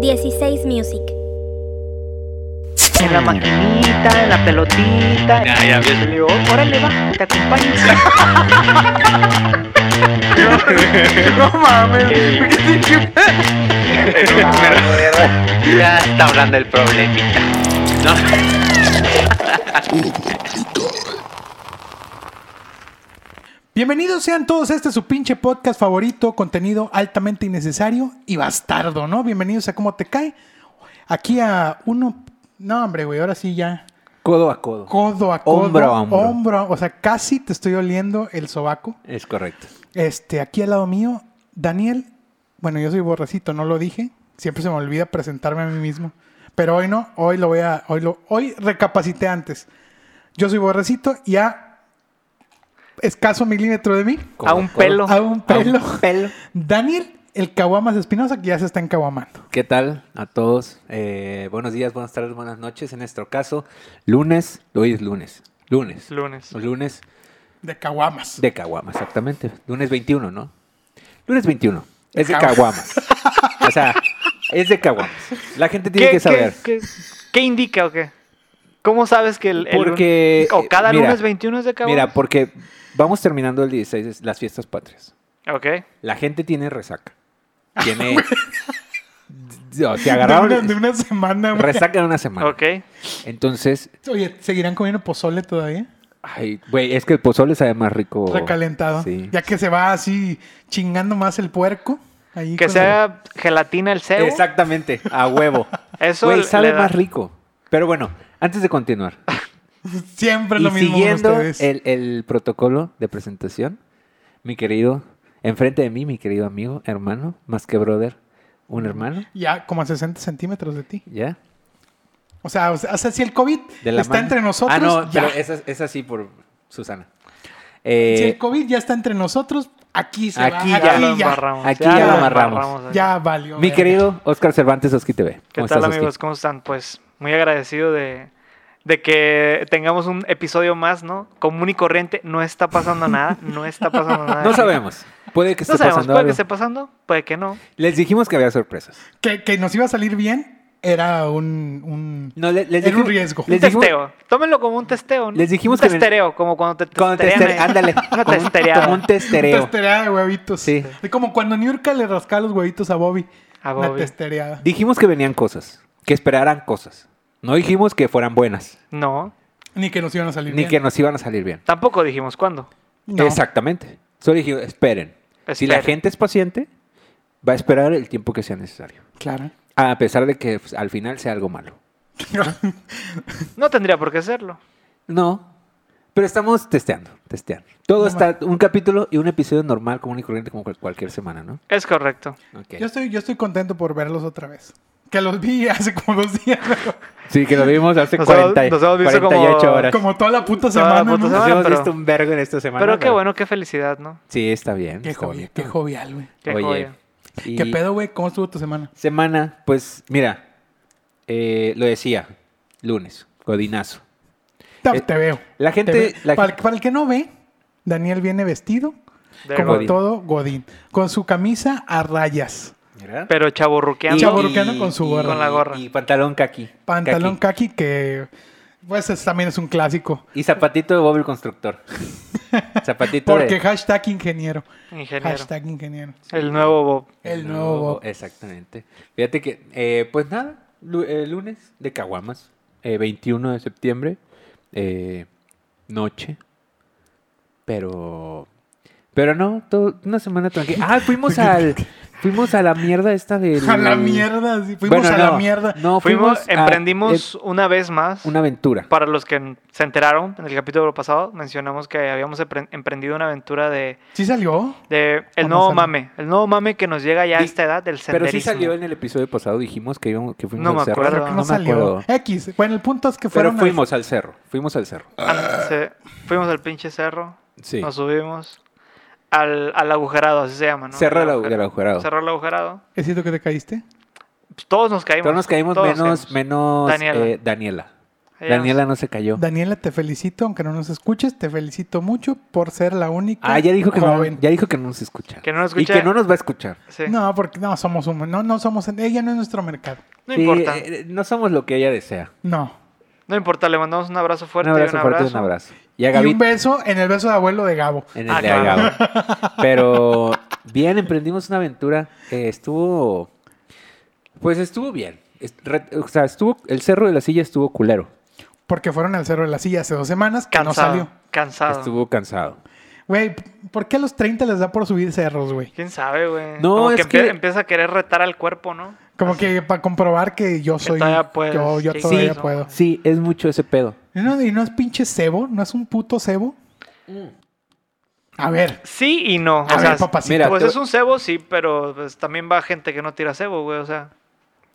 16 Music. En la Mm. maquinita, en la pelotita. Ya, ya, ves. Le digo, órale, va, te acompaño. no, no mames. Ya está hablando el problemita. No. Bienvenidos sean todos a este su pinche podcast favorito, contenido altamente innecesario y bastardo, ¿no? Bienvenidos a Cómo Te Cae. Aquí a uno. No, hombre, güey, ahora sí ya. Codo a codo. Codo a codo. Hombro a hombro. hombro a- o sea, casi te estoy oliendo el sobaco. Es correcto. Este, aquí al lado mío, Daniel. Bueno, yo soy borrecito, no lo dije. Siempre se me olvida presentarme a mí mismo. Pero hoy no, hoy lo voy a. Hoy, lo, hoy recapacité antes. Yo soy borrecito y a escaso milímetro de mí. Codo A un codo. pelo. A un pelo. A un pelo. Daniel, el Caguamas Espinosa, que ya se está encaguamando. ¿Qué tal a todos? Eh, buenos días, buenas tardes, buenas noches. En nuestro caso, lunes, hoy es lunes. Lunes. Lunes. Lunes De Caguamas. de Caguama, exactamente. Lunes 21, ¿no? Lunes 21. Es de Caguama. Caguamas. O sea, es de Caguamas. La gente tiene que saber. Qué, qué indica o qué? ¿Cómo sabes que el, el Porque, lun- o cada mira, lunes 21 es de cabo? Mira, porque vamos terminando el 16, es las fiestas patrias. ok. La gente tiene resaca. Ah, Tiene. O sea, De una, agarraron. de una semana, güey. Resaca de una semana. Ok. Entonces, Oye, ¿seguirán comiendo pozole todavía? ay, güey, es que el pozole sabe más rico. Recalentado. Oh, Sí. Ya que se va así chingando más el puerco. Ahí Que con sea gelatina el cebo. Exactamente, a huevo. Eso Güey, le sabe da- más rico. Pero bueno, antes de continuar. el- Siempre Y lo mismo con siguiendo ustedes. el, el protocolo de presentación, mi querido, enfrente de mí, mi querido amigo, hermano, más que brother, un hermano, Ya como a 60 centímetros de ti. ¿ya? O sea, o sea, o sea, si el COVID De la está mano. entre nosotros, Ah, no, ya. pero esa, es así por Susana. si el Eh, COVID ya está entre nosotros, aquí se Aquí va. ya Ya aquí lo ya. embarramos. Aquí ya lo amarramos. ahí. Ya valió. mi verga. querido Oscar Cervantes, Oski TV. ¿Qué ¿Cómo tal estás, Oski? amigos? ¿Cómo están? Pues muy agradecido de, de que tengamos un episodio más, ¿no? Común y corriente, no está pasando nada, no está pasando nada. No sabemos. Puede que esté Ah. No sabemos, pasando puede que algo. esté pasando, puede que no. Les dijimos que había sorpresas. Que, que nos iba a salir bien era un- un No, le- les Era un dijimos- riesgo. Les un dijimos, testeo. Tómenlo como un testeo, ¿no? Les dijimos un que- testereo, como cuando te Con testerean tester- ahí. ándale. Una como, un- testereada. como un Una testereo. testereada de huevitos. Sí. Es Como cuando Niurka le rascaba los huevitos a Bobby. A Una Bobby. testereada. Dijimos que venían cosas, que esperaran cosas. No dijimos que fueran buenas, No, Ni que nos iban a salir ni bien. que nos iban a salir bien. tampoco dijimos cuándo. No. Exactamente. Solo dijimos, esperen. Si la Esperen. gente es paciente, va a esperar el tiempo que sea necesario. Claro. A pesar de que pues, al final sea algo malo. No tendría por qué hacerlo. No. Pero estamos testeando, testeando. Todo No está, un capítulo y un episodio normal, común y corriente, como cual- cualquier semana, ¿no? Es correcto. Ok. Yo estoy, yo estoy contento por verlos otra vez. Que los vi hace como dos días. Sí, que lo vimos hace Nos 40, hemos- nos hemos visto 48 como- horas. como toda la puta Toda la semana. puta ¿no? semana. Nos hemos pero- visto un vergo en esta semana. Pero qué bueno, qué felicidad, ¿no? Sí, está bien. Qué está jovial, bonito. qué jovial, güey. Qué Oye, joya. y ¿Qué pedo, güey? ¿Cómo estuvo tu semana? Semana, pues, mira, eh, lo decía, lunes, godinazo. Te, Eh, te veo. la gente- Te veo. la para, gente- para el que no ve, Daniel viene vestido De como Godín. Godín. todo Godín. Con su camisa a rayas. ¿verdad? Pero chaborruqueando. Chaborruqueando con su gorra. Con la gorra. Y pantalón kaki. Pantalón kaki. kaki, que pues es- también es un clásico. Y zapatito de Bob el Constructor. zapatito Porque de... hashtag ingeniero. Ingeniero. Hashtag ingeniero. El nuevo Bob. El nuevo Bob. Exactamente. Fíjate que, eh, pues nada, lu- eh, lunes de Caguamas, eh, 21 de septiembre, eh, noche, pero... Pero no, todo- una semana tranquila. Ah, fuimos al... Fuimos a la mierda esta de... A la mierda, sí, fuimos a la mierda. No, fuimos, Fuimos, a- emprendimos una vez más. eh, una aventura. Para los que n- se enteraron, en el capítulo pasado mencionamos que habíamos empre- emprendido una aventura de, ¿Sí salió? de el O no nuevo salió. mame. El nuevo mame que nos llega ya a Di- esta edad del senderismo. Pero sí salió en el episodio pasado, dijimos que, íbamos, que fuimos No me al cerro. acuerdo. Creo que No no, me salió. acuerdo. X. Bueno, el punto es que Pero fueron. a- fuimos al cerro, fuimos al cerro. Ah, se- fuimos al pinche cerro, Sí. nos subimos al, al agujerado, así se llama, ¿no? Cerro El del agujero- agujerado. Cerro al agujerado. ¿Es cierto que te caíste? Pues todos nos caímos. Todos nos caímos todos menos, caímos. menos eh, Daniela. Daniela. Ahí Daniela vamos. no se cayó. Daniela, te felicito, aunque no nos escuches, te felicito mucho por ser la única. Ah, ya dijo que no, joven. ya dijo que no nos escucha. Que no nos Y escucha. que no nos va a escuchar. Sí. No, No, porque no somos humanos, no, no somos, ella no es nuestro mercado. Sí, importa. eh, eh, no somos lo que ella desea. No. No importa, le mandamos un abrazo fuerte un abrazo y un fuerte, abrazo. un abrazo. Y a Y Gaby Eh. un beso en el beso de abuelo de Gabo. en el Ah, de claro. Agave. Pero bien, emprendimos una aventura. eh, estuvo. Pues estuvo bien. Est- re- o sea, estuvo. El cerro de la silla estuvo culero. Porque fueron al Cerro de la Silla hace dos semanas que Cansado. no salió. Cansado. Estuvo cansado. Güey, ¿por qué a los 30 les da por subir cerros, güey? ¿Quién sabe, güey? No, Como es que, empie- que- empieza a querer retar al cuerpo, ¿no? Como que para comprobar que yo soy. todavía puedes, yo yo que todavía sí. puedo. Sí, es mucho ese pedo. ¿Y no, y no es pinche cebo? ¿No es un puto cebo? Mm. A ver. Sí y no. A o ver, sea, papacito. mira, pues te- es un cebo, sí, pero pues, también va gente que no tira cebo, güey. O sea.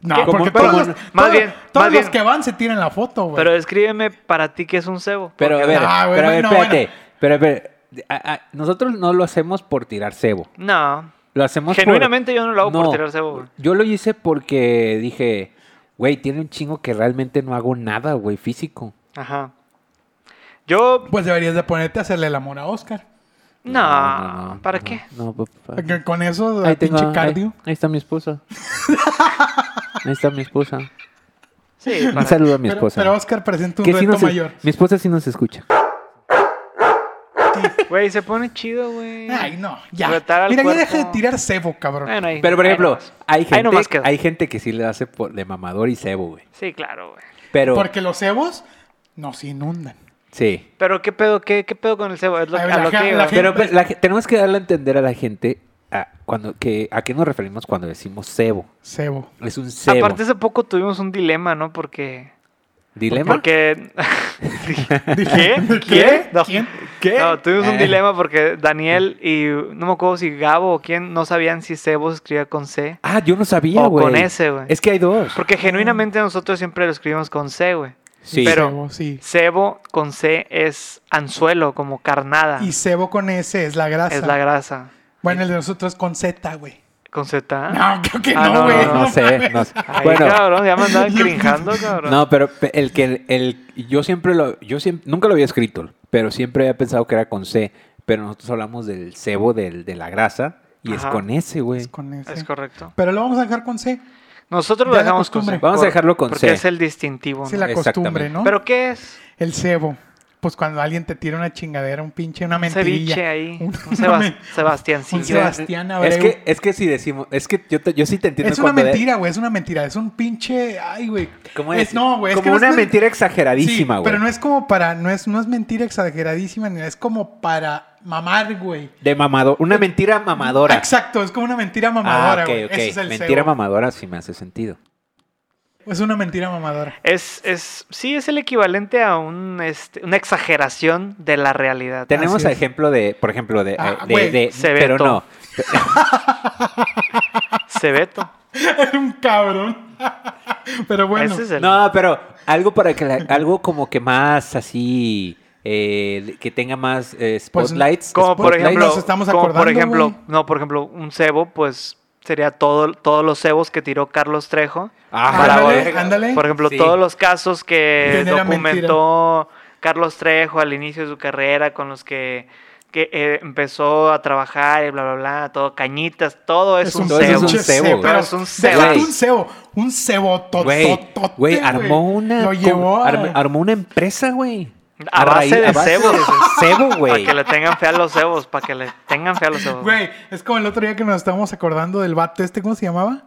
No, ¿Qué? porque Como- todos, como- los, más todos- bien, todos más los bien. que van se tiran la foto, güey. Pero escríbeme para ti que es un cebo. Pero a porque- ver, Ah, güey, pero a ver, no, espérate. bueno. Pero a ver, a- a- nosotros no lo hacemos por tirar cebo. No. Lo hacemos por- Genuinamente yo no lo hago por tirar cebo, güey. Yo lo hice porque dije, güey, tiene un chingo que realmente no hago nada, güey, físico. Ajá. Yo. Pues deberías de ponerte a hacerle el amor a Oscar. No. Ah, ¿Para no, qué? No, pa- pa- Porque con eso, Ahí el tengo- pinche ahí- cardio. Ahí, está mi esposa. ahí está mi esposa. Sí, Un para- saludo a mi Pero- esposa. Pero, Oscar presenta un Que sí reto nos- mayor. Mi esposa sí nos escucha. Güey, se pone chido, güey. Ay, no, ya. Retar al Mira, ya cuerpo. deja de tirar cebo, cabrón. Bueno, ahí- Pero por ahí ejemplo, nomás. hay Ahí nomás gente, quedó. hay gente que sí le hace por, de mamador y cebo, güey. Sí, claro, güey. Pero Porque los cebos nos inundan. sí. Pero qué pedo, qué, qué pedo con el cebo. Es lo, A ver, a lo la que gen- iba. la gen- Pero pues, la ge- tenemos que darle a entender a la gente a, cuando, que, a qué nos referimos cuando decimos cebo. Cebo. Es un cebo. Aparte hace poco tuvimos un dilema, ¿no? Porque... ¿Dilema? Porque... Dije, ¿Qué? ¿Qué? No. ¿Quién? No, tuvimos un Eh. dilema porque Daniel y no me acuerdo si Gabo o quién no sabían si cebo se escribía con C Ah, yo no sabía, o güey. con S, güey. Es que hay dos. Porque genuinamente nosotros siempre lo escribimos con C, güey. Sí. Pero- Cebo, sí. Cebo con C es anzuelo, como carnada. Y cebo con S es la grasa. Es la grasa. bueno, el de nosotros es con Z, güey. ¿Con Z? No, creo que Ah, no, no, güey. no, no sé, no sé. Ay, bueno, cabrón, ya me andaban crinjando, cabrón. no, pero pe- el que el, el- yo siempre lo yo siempre nunca lo había escrito, pero siempre había pensado que era con C, pero nosotros hablamos del cebo del, de la grasa y es Ajá. con S, güey. Es con S. Es correcto. Pero lo vamos a dejar con C. Nosotros lo Ya de dejamos con costumbre. C. Vamos a por- dejarlo con porque C. es el distintivo. Es ¿no? la costumbre, Exactamente. ¿no? ¿Pero qué es? El cebo. Pues cuando alguien te tira una chingadera, un pinche, una Un mentirilla. ceviche ahí. Un Una- Sebas- un Sebastiancillo. Sebas- Sebastián es Abreu. que es que si decimos, es que yo, te- yo sí te entiendo Es una cuando de- mentira, güey. Es una mentira. Es un pinche. Ay, güey. ¿Cómo es? es? No, güey. es Como que no es una men- mentira Sí, exageradísima, güey. Pero no es como para. No es, no es mentira exageradísima, ni es como para mamar, güey. De mamador. Una mentira mamadora. Exacto, es como una mentira mamadora, ah, ok, güey. ok. Ese es el mentira cebo. mamadora sí me hace sentido. Es una mentira mamadora. Es, es, sí, es el equivalente a un, este, una exageración de la realidad. Tenemos Así es. ejemplo de, por ejemplo, de, Ah, eh, de- güey, de- se ve pero todo. no. Cebeto. Era un cabrón. Pero bueno. Ese es el... No, pero algo para que la- algo como que más así eh, de- que tenga más eh, Pues, spotlights. Como por spotlights. ejemplo, nos estamos como por acordando, ejemplo, güey. no, por ejemplo, un cebo, pues sería todo, todos los cebos que tiró Carlos Trejo. Ah, para ándale, poder- ándale. Por ejemplo, Sí. todos los casos que Que no era documentó Carlos Trejo al inicio de su carrera, con los que, que, eh, empezó a trabaar y bla, bla, bla, todo, cañitas, todo es, un todo eso es cebo. un pinche cebo, güey. Pero Es un deja cebo. tú un cebo. Un cebo Güey, tototote, güey, armó una Lo llevó. com- a- arm- armó una empresa, güey. A base de cebo. de cebo, Para güey. que le tengan fe a los cebos, para que le tengan fe a los cebos. Güey, es como el otro día que nos estábamos acordando del vato este, ¿cómo se llamaba?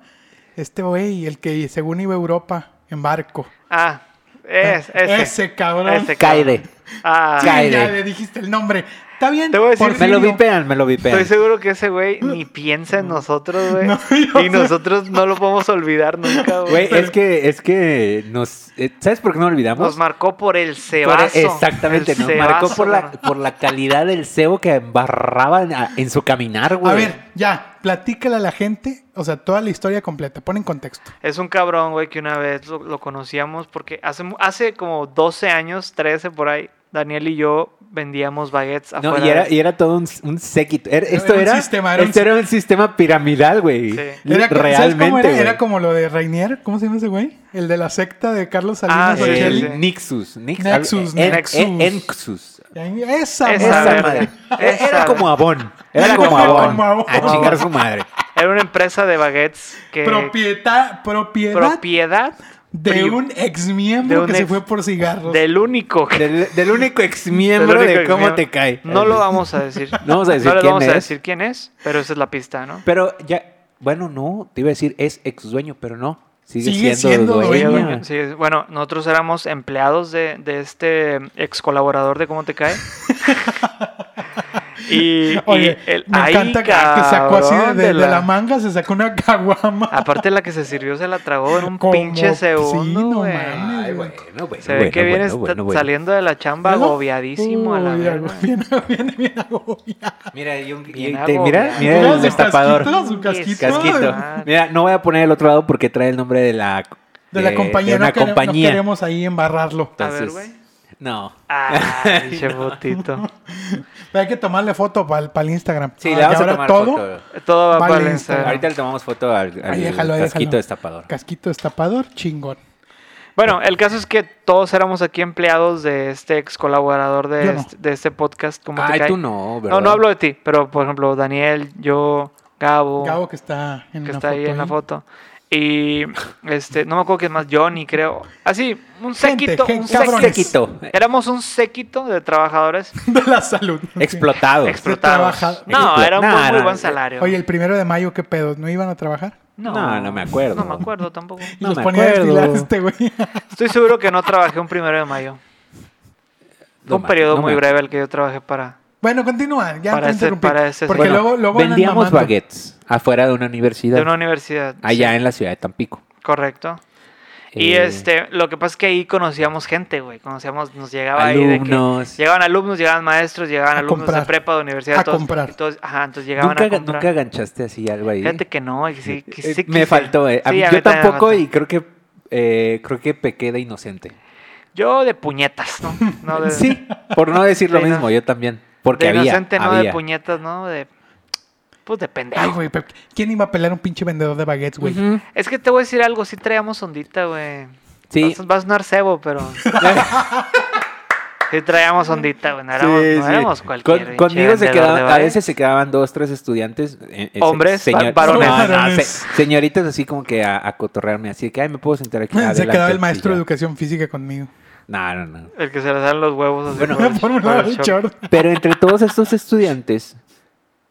Este güey, el que según iba a Europa en barco. Ah, es, ese. Ese cabrón. Ese Caide. Ah, Sí, Caide. ya le dijiste el nombre. Está bien. Te voy a decir- Me Porfirio. lo vipean, me lo vipean. Estoy seguro que ese güey ni piensa en nosotros, güey. No, yo sé. y nosotros no lo podemos olvidar nunca, Güey, eh, güey. es que, es que nos. eh, ¿Sabes por qué no olvidamos? Nos marcó por el Por- cebazo. exactamente, El nos cebazo, marcó por la, mano. por la calidad del cebo que embarraba en, a- en su caminar, güey. A ver, ya, platícale a la gente, o sea, toda la historia completa, pon en contexto. Es un cabrón, güey, que una vez lo, lo conocíamos porque hace, mu- hace como 12 años, 13 por ahí, Daniel y yo vendíamos baguettes afuera. No, y era, de- y era todo un, un séquito. Era- Era esto un era, sistema, era un esto si- era un sistema piramidal, güey. Sí. Era, co- ¿sabes Realmente, cómo era? güey. Era como lo de Rainier, ¿cómo se llama ese güey? El de la secta de Carlos Ah, Salinas sí, Orchelli. sí. el Eh, Nixus. Nix- Nexus, eh, eh, Nexus. eh, Enxus. Esa, Esa madre. Esa madre. madre. Esa Era madre. como Avon. Era como Como Avon. Avon. A chingar a su madre. Era una empresa de baguettes que Propieta- propiedad propiedad de pri- un ex de miembro un que se ex- fue por cigarros. del único que- Del, del único ex del miembro único de que- cómo te cae. No lo vamos a decir. No vamos a decir les quién vamos es. a decir quién es, pero esa es la pista, ¿no? Pero ya, bueno, no, te iba a decir es ex dueño, pero no. Sigue, Sigue siendo, siendo dueño. dueño. Bueno, sí, es- bueno, nosotros éramos empleados de, de este ex colaborador de Cómo Te Cae. y, y Oye, el- me ay, encanta que- que sacó así de, cabrón, de- de la... manga, se sacó una caguama. Aparte la que se sirvió se la tragó en un Como- pues, pinche sí, no segundo, güey. mames. Ay, bueno, bueno, Se ve que bueno, viene bueno, bueno, bueno. saliendo de la chamba ¿Luego? agobiadísimo a la Uy, verga. Viene, viene bien agobiado. Mira, y un- y Bien te- mira, agobiado. mira Mira el su destapador. casquito, su casquito. Casquito. Ah. Mira, no voy a poner el otro lado porque trae el nombre de la eh, De la compañía, de no una quere- no compañía. queremos ahí embarrarlo. A ver, Entonces, güey. No. Ah, pinche botito. Pero hay que tomarle foto para el, Instagram. Sí, Ah, le vamos y a ahora tomar foto. Todo va Vale, para el Instagram. Instagram. Ahorita le tomamos foto al, al Ahí déjalo, ahí casquito déjalo. destapador. Casquito destapador, chingón. Bueno, el caso es que todos éramos aquí empleados de este ex colaborador de, Yo no. este, de este podcast. ¿Cómo te Ay, cae? tú no, ¿verdad? No, no hablo de ti, pero por ejemplo, Daniel, yo, Gabo, Gabo que está en Oh. una que foto está ahí en la foto. Y este, no me acuerdo quién más, Johnny, creo. Así, un Gente, séquito, gente, un cabrones. séquito. Séquito. Éramos un séquito de trabajadores De la salud. Explotado. explotados. trabaja- No, era un Nah, muy, muy nah. buen salario. Oye, el primero de mayo, ¿qué pedos? ¿No iban a trabajar? eh, No, no me acuerdo. No me acuerdo tampoco. Y No los me ponía a acuerdo. desfilar este güey. Estoy seguro que no trabajé un primero de mayo. Fue No un me- periodo no muy me- breve el que yo trabajé para. Bueno, continúa. Ya Para te ese- interrumpí. para ese- Porque Bueno, luego, luego andan vendíamos mamando. baguettes afuera de una universidad. De una universidad. Allá en la ciudad de Tampico. Correcto. Y Eh, este, lo que pasa es que ahí conocíamos gente, güey. Conocíamos, nos llegaba ahí de Alumnos. que llegaban alumnos, llegaban maestros, llegaban A alumnos comprar. de prepa, de universidad, A todos, comprar. y todos- ajá, entonces llegaban ¿Nunca, a comprar. nunca ganchaste así algo ahí? Fíjate que no, y sí, que Eh, sí me quise. faltó, eh. A Sí, mí- a mí también yo me tampoco faltó. y creo que eh, creo que pequé de inocente. Yo de puñetas, ¿no? No de, Sí, por no decir lo de ino- mismo, yo también. Porque de había, inocente, no de había. puñetas, ¿no? De, pues de pendejo. Ay, güey, pero ¿quién iba a pelar a un pinche vendedor de baguettes, güey? Ujú. Es que te voy a decir algo, sí traíamos ondita, güey. Sí. Vas, vas a sonar cebo, pero. sí traíamos ondita, güey. No éramos, Sí, no sí. éramos cualquier. Con- pinche conmigo se vendedor quedaban, de a bares. veces se quedaban dos, tres estudiantes. eh, eh, Hombres, va- varones. no, no, Varones. se- señoritas así como que a, a cotorrearme, así de que, ay, me puedo sentar aquí. Se adelante", quedaba el y maestro de ya. educación física conmigo. No, no, no. El que se le dan los huevos así. Bueno, por el- Por un por el lado del shock. short. Pero entre todos estos estudiantes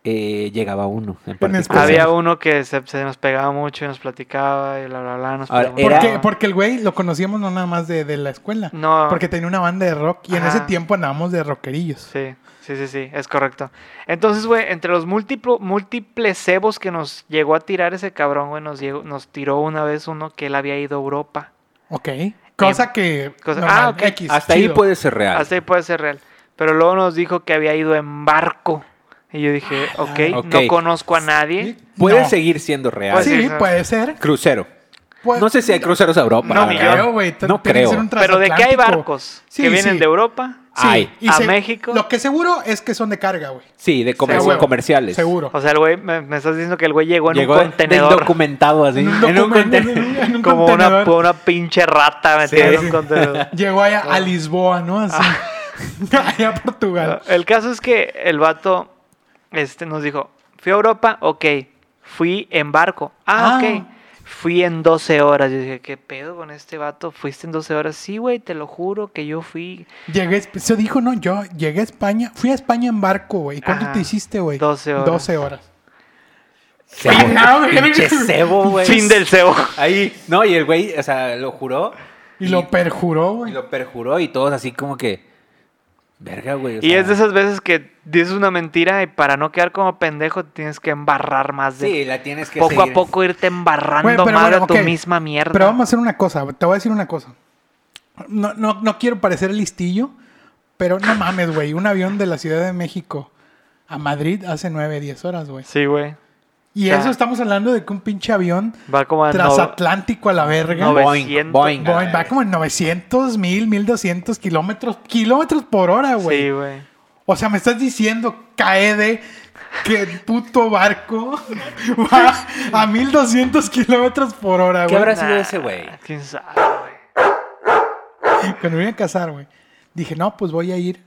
eh, llegaba uno en particular. especial. Había uno que se, se nos pegaba mucho y nos platicaba y bla, bla, bla. Nos Ahora, preguntaba. Era- Porque, porque el güey lo conocíamos no nada más de, de la escuela. No. Porque tenía una banda de rock y en Ah. Ajá. ese tiempo andábamos de rockerillos. Sí, sí, sí, sí, es correcto. Entonces, güey, entre los múltiplo- múltiples cebos que nos llegó a tirar ese cabrón, güey, nos, llegó- nos tiró una vez uno que él había ido a Europa. Ok. Cosa que. Cosa- normal, ah, ok. X, Hasta ahí chido. puede ser real. Hasta ahí puede ser real. Pero luego nos dijo que había ido en barco. Y yo dije, ok, Ok. no conozco a nadie. Puede No. seguir siendo real. Puede Sí, ser. puede ser. Crucero. Puede- No sé si hay cruceros a Europa. No, la ni verdad. creo, güey. Te- No tiene que creo. ser un Pero de que hay transatlántico. barcos Sí, que vienen sí. de Europa. Sí, Ay. a México. Lo que seguro es que son de carga, güey. Sí, de comer- Seguro. comerciales. Seguro. O sea, el güey, me, me estás diciendo que el güey llegó en Llegó un de- de contenedor. indocumentado así. En un en un documen- contenedor. en un Como una, contenedor. como una pinche rata metida en sí. un contenedor. Ah. Llegó allá a Lisboa, ¿no? Así. allá a Portugal. El caso es que el vato este, nos dijo, fui a Europa, ok, fui en barco, ah, Ah. ok, fui en 12 horas. Yo dije, ¿qué pedo con este vato? ¿Fuiste en 12 horas? Sí, güey, te lo juro que yo fui Llegué, a Esp- se dijo, no, yo llegué a España, fui a España en barco, güey. ¿Cuánto Ajá. te hiciste, güey? 12 horas. 12 horas. Cebo. Ah, güey. Pinche cebo, Pues, güey. fin del cebo. Ahí. No, y el güey, o sea, lo juró. Y lo perjuró, Y güey. lo perjuró y todos así como que. Verga, güey. o Y sea, es de esas veces que dices una mentira y para no quedar como pendejo tienes que embarrar más de... Sí, la tienes que poco a seguir. poco irte Güey, embarrando pero más bueno, de tu ok. misma mierda. Pero vamos a hacer una cosa, te voy a decir una cosa. No, no, no quiero parecer listillo, pero no mames, güey. Un avión de la Ciudad de México a Madrid hace 9, 10 horas, güey. Sí, güey. Y O sea, eso estamos hablando de que un pinche avión Va como a no- transatlántico a la verga. no- Boeing, 900. Boeing. Boeing. va como en 900, 1000, 1200 kilómetros, kilómetros por hora, güey. Sí, güey. O sea, me estás diciendo, Caede, que el puto barco va a 1200 kilómetros por hora, ¿Qué güey. habrá sido Nah, ese güey? Ah, ¿Quién sabe, güey? Cuando me vine a casar, güey, dije, no, pues voy a ir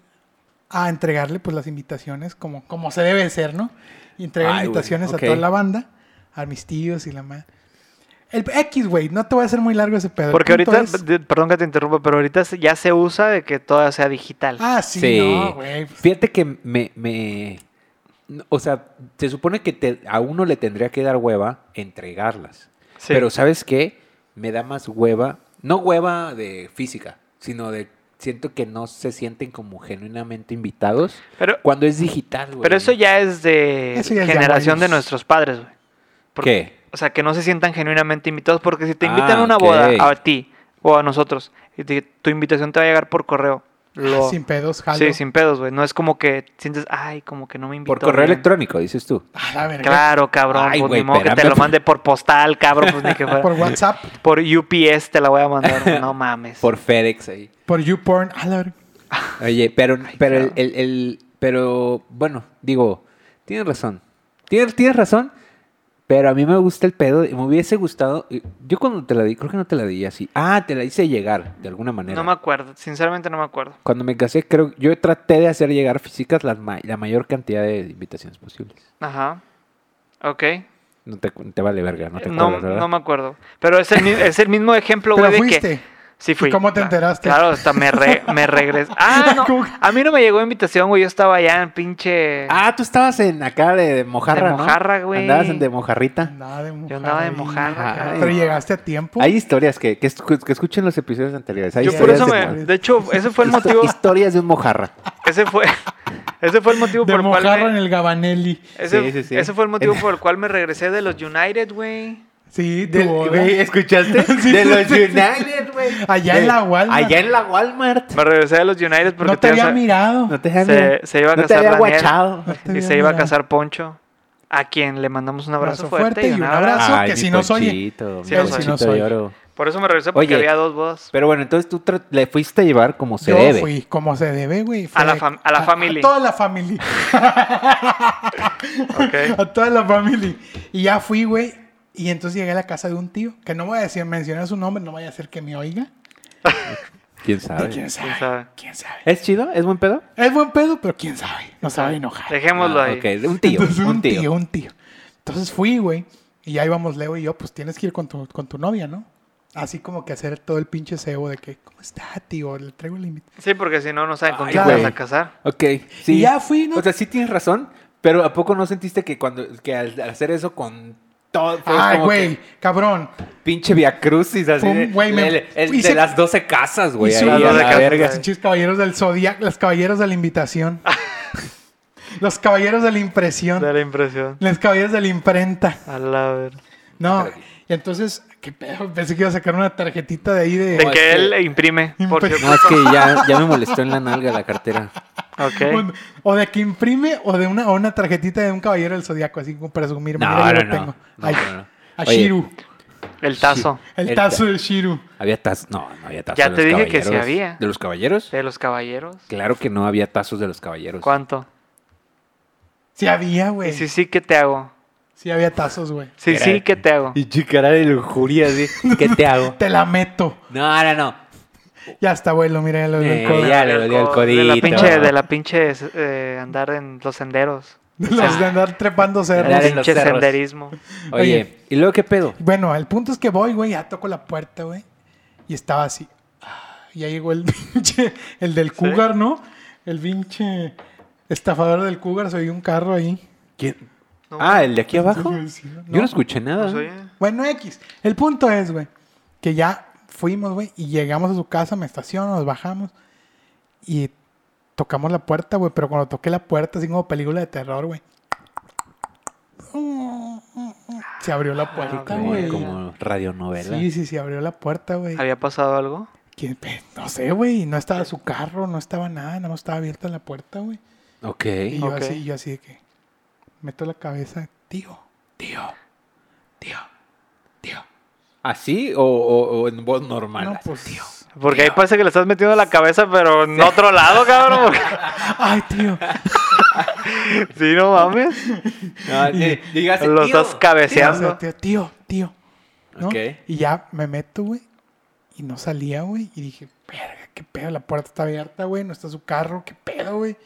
a entregarle pues las invitaciones como, como se debe de ser, ¿no? Y entregar Ay, güey, invitaciones ok. a toda la banda, a mis tíos y la madre. El X, güey, no te voy a hacer muy largo ese pedo. El Porque punto ahorita, es- de- perdón que te interrumpa, pero ahorita se- ya se usa de que todo sea digital. Ah, sí, no, güey. pues, Fíjate que me, me- no, O sea, se supone que te- a uno le tendría que dar hueva entregarlas. Sí. Pero ¿sabes qué? Me da más hueva. No hueva de física, sino de... Siento que no se sienten como genuinamente invitados Pero, cuando es digital, güey. pero eso ya es de Eso ya es de generación de abuelos. nuestros padres, güey. Porque- ¿Qué? O sea, que no se sientan genuinamente invitados, porque si te Ah, invitan a una ok. boda, a ti o a nosotros, y te- tu invitación te va a llegar por correo. Lo- Ah, Sin pedos, jalo. sí, sin pedos, güey. No es como que sientes, ay, como que no me invitó. Por correo bien". electrónico, dices tú. A la verga. Claro, cabrón. Ay, pues güey, ni modo que te espérame. lo mande por postal, cabrón. Pues ni que fuera. Por por, WhatsApp, UPS te la voy a mandar. güey, No mames. Por FedEx ahí. por YouPorn, a la verga. Oye, pero, pero, el, claro. el- el- pero bueno, digo, tienes razón. Tienes, tienes razón, pero a mí me gusta el pedo. y Me hubiese gustado. y Yo cuando te la di, creo que no te la di así. Ah, te la hice llegar, de alguna manera. No me acuerdo. Sinceramente no me acuerdo. cuando me casé, creo yo traté de hacer llegar físicas las ma- la mayor cantidad de invitaciones posibles. Ajá. Ok. No te, cu- te vale verga, no te No, acuerdas, ¿verdad? no me acuerdo. Pero es el, mi- es el mismo ejemplo, Pero güey, de que. fuiste. Sí, fui. cómo te Cla- enteraste? Claro, hasta me, re- me regresé. Ah, ¿Cómo no. que? A mí no me llegó invitación, güey. Yo estaba allá en pinche. Ah, tú estabas en acá de, de mojarra, De ¿no? mojarra, güey. Andabas en de mojarrita. Andaba de mojarra. Yo andaba de ahí. mojarra, Ajá. cabrón. Pero llegaste a tiempo. Hay historias que, que, escu- que escuchen los episodios anteriores. Hay Yo por historias eso me. de mo- De hecho, ese fue el motivo. Historias de un mojarra. Ese fue. Ese fue el motivo de por el cual. mojarra me- en el Gabanelli. Ese, Sí, sí, sí. ese fue el motivo por el cual me regresé de los United, güey. Sí, tu Del- boda. güey, ¿Escuchaste? Sí, de los sí, sí. United, güey. Allá De- en la Walmart. Allá en la Walmart. Me regresé de los United porque No te todavía había se- mirado. No te Se- había- se iba a no te casar había Daniel. guachado. te y había se iba a mirado. casar Poncho, a quien le mandamos un abrazo, fuerte, y un abrazo. abrazo. que si no soy- Ponchito, Sí, mi él sí Ponchito no soy. de oro. Por eso me regresé porque Oye. había dos bodas. Pero bueno, entonces tú tra- le fuiste a llevar como se Yo debe. fui como se debe, güey. Fue A la fam- a la family. A toda la familia. Ok. a toda la familia. Y ya fui, güey. Y entonces llegué a la casa de un tío, que no voy a decir, mencionar su nombre, no vaya a ser que me oiga. ¿Quién De sabe? ¿Quién sabe? ¿Quién sabe? ¿Quién sabe? ¿Es chido? ¿Es buen pedo? Es buen pedo, pero quién sabe. No sabe enojar. Dejémoslo Ah, ahí. ok, de un tío, Entonces, un tío. un tío. Entonces fui, güey. Y ya íbamos Leo y yo, pues tienes que ir con tu, con tu novia, ¿no? Así como que hacer todo el pinche cebo de que, ¿cómo está, tío? Le traigo el límite. Sí, porque si no, no saben con Ay, quién te güey. vas a casar. Ok, sí. Y ya fui, ¿no? O sea, sí tienes razón, pero ¿a poco no sentiste que cuando que al al hacer eso con todo... fue Ay, como güey, cabrón. Pinche Via Crucis, así. Fue un- de- güey, me- el- el hice- de las 12 casas, güey. Y ahí sí, a yo de la casas, verga. Los pinches caballeros del Zodiac, los caballeros de la invitación. los caballeros de la impresión. Da la impresión. Los caballeros de la imprenta. A la ver. No. Espérate. Y entonces, qué pedo, pensé que iba a sacar una tarjetita de ahí de... De No, que es él que- imprime. Por Impre- No, cierto. es que ya, ya me molestó en la nalga la cartera. Ok. Un- o de que imprime o de una, o una tarjetita de un caballero del zodiaco, así como para presumir. No, mira, yo no, lo no. tengo. No, Ay, no, no. A Oye. Shiru. El tazo El, El tazo de Shiru. Había tazos. No, no había tazos. Ya de te los dije que sí caballeros. había. ¿De los caballeros? de los caballeros. Claro que no había tazos de los caballeros. ¿Cuánto? Sí había, Y güey. si Sí, sí, ¿qué te hago? había tazos, güey. Sí, Era- sí, ¿qué te hago? Y chicara de lujuria, así. ¿Qué te hago? Te la meto. No, no, no. Ya está, abuelo, mira, ya lo Eh, brincó. ya le dolió el De la codito. pinche, de la pinche eh, andar en los senderos. Los de andar trepando cerros. Andar en los Pinche cerros. senderismo. Oye, Oye. ¿y luego qué pedo? Bueno, el punto es que voy, güey, ya toco la puerta, güey. Y estaba así. Ah, Y ahí llegó el pinche, el del cougar, ¿no? El pinche estafador del cougar, soy un carro ahí. ¿Quién? No, ah, ¿el de aquí abajo? Sí, Yo no escuché nada. pues, oye. Bueno, X. El punto es, güey, que ya fuimos, güey, y llegamos a su casa, me estaciono, nos bajamos y tocamos la puerta, güey, pero cuando toqué la puerta, así como película de terror, güey. Se abrió la puerta, ok, Como- güey. Como radionovela. Sí, sí, sí, abrió la puerta, güey. ¿Había pasado algo? ¿Quién pe- No sé, güey, no estaba su carro, no estaba nada, nada más estaba abierta la puerta, güey. Ok. Y yo Ok. así, yo así de que meto la cabeza, tío, tío, tío, tío. ¿Así o, o- o en voz normal? No, así, pues. tío. Porque ahí parece que le estás metiendo la cabeza, pero en otro lado, cabrón. porque- Ay, tío. Sí, no mames. No, di- dígase, Lo "Tío, estás cabeceando. Tío, tío, tío. ¿no? Ok. Y ya me meto, güey. Y no salía, güey. Y dije, verga, qué pedo. La puerta está abierta, güey. No está su carro, qué pedo, güey.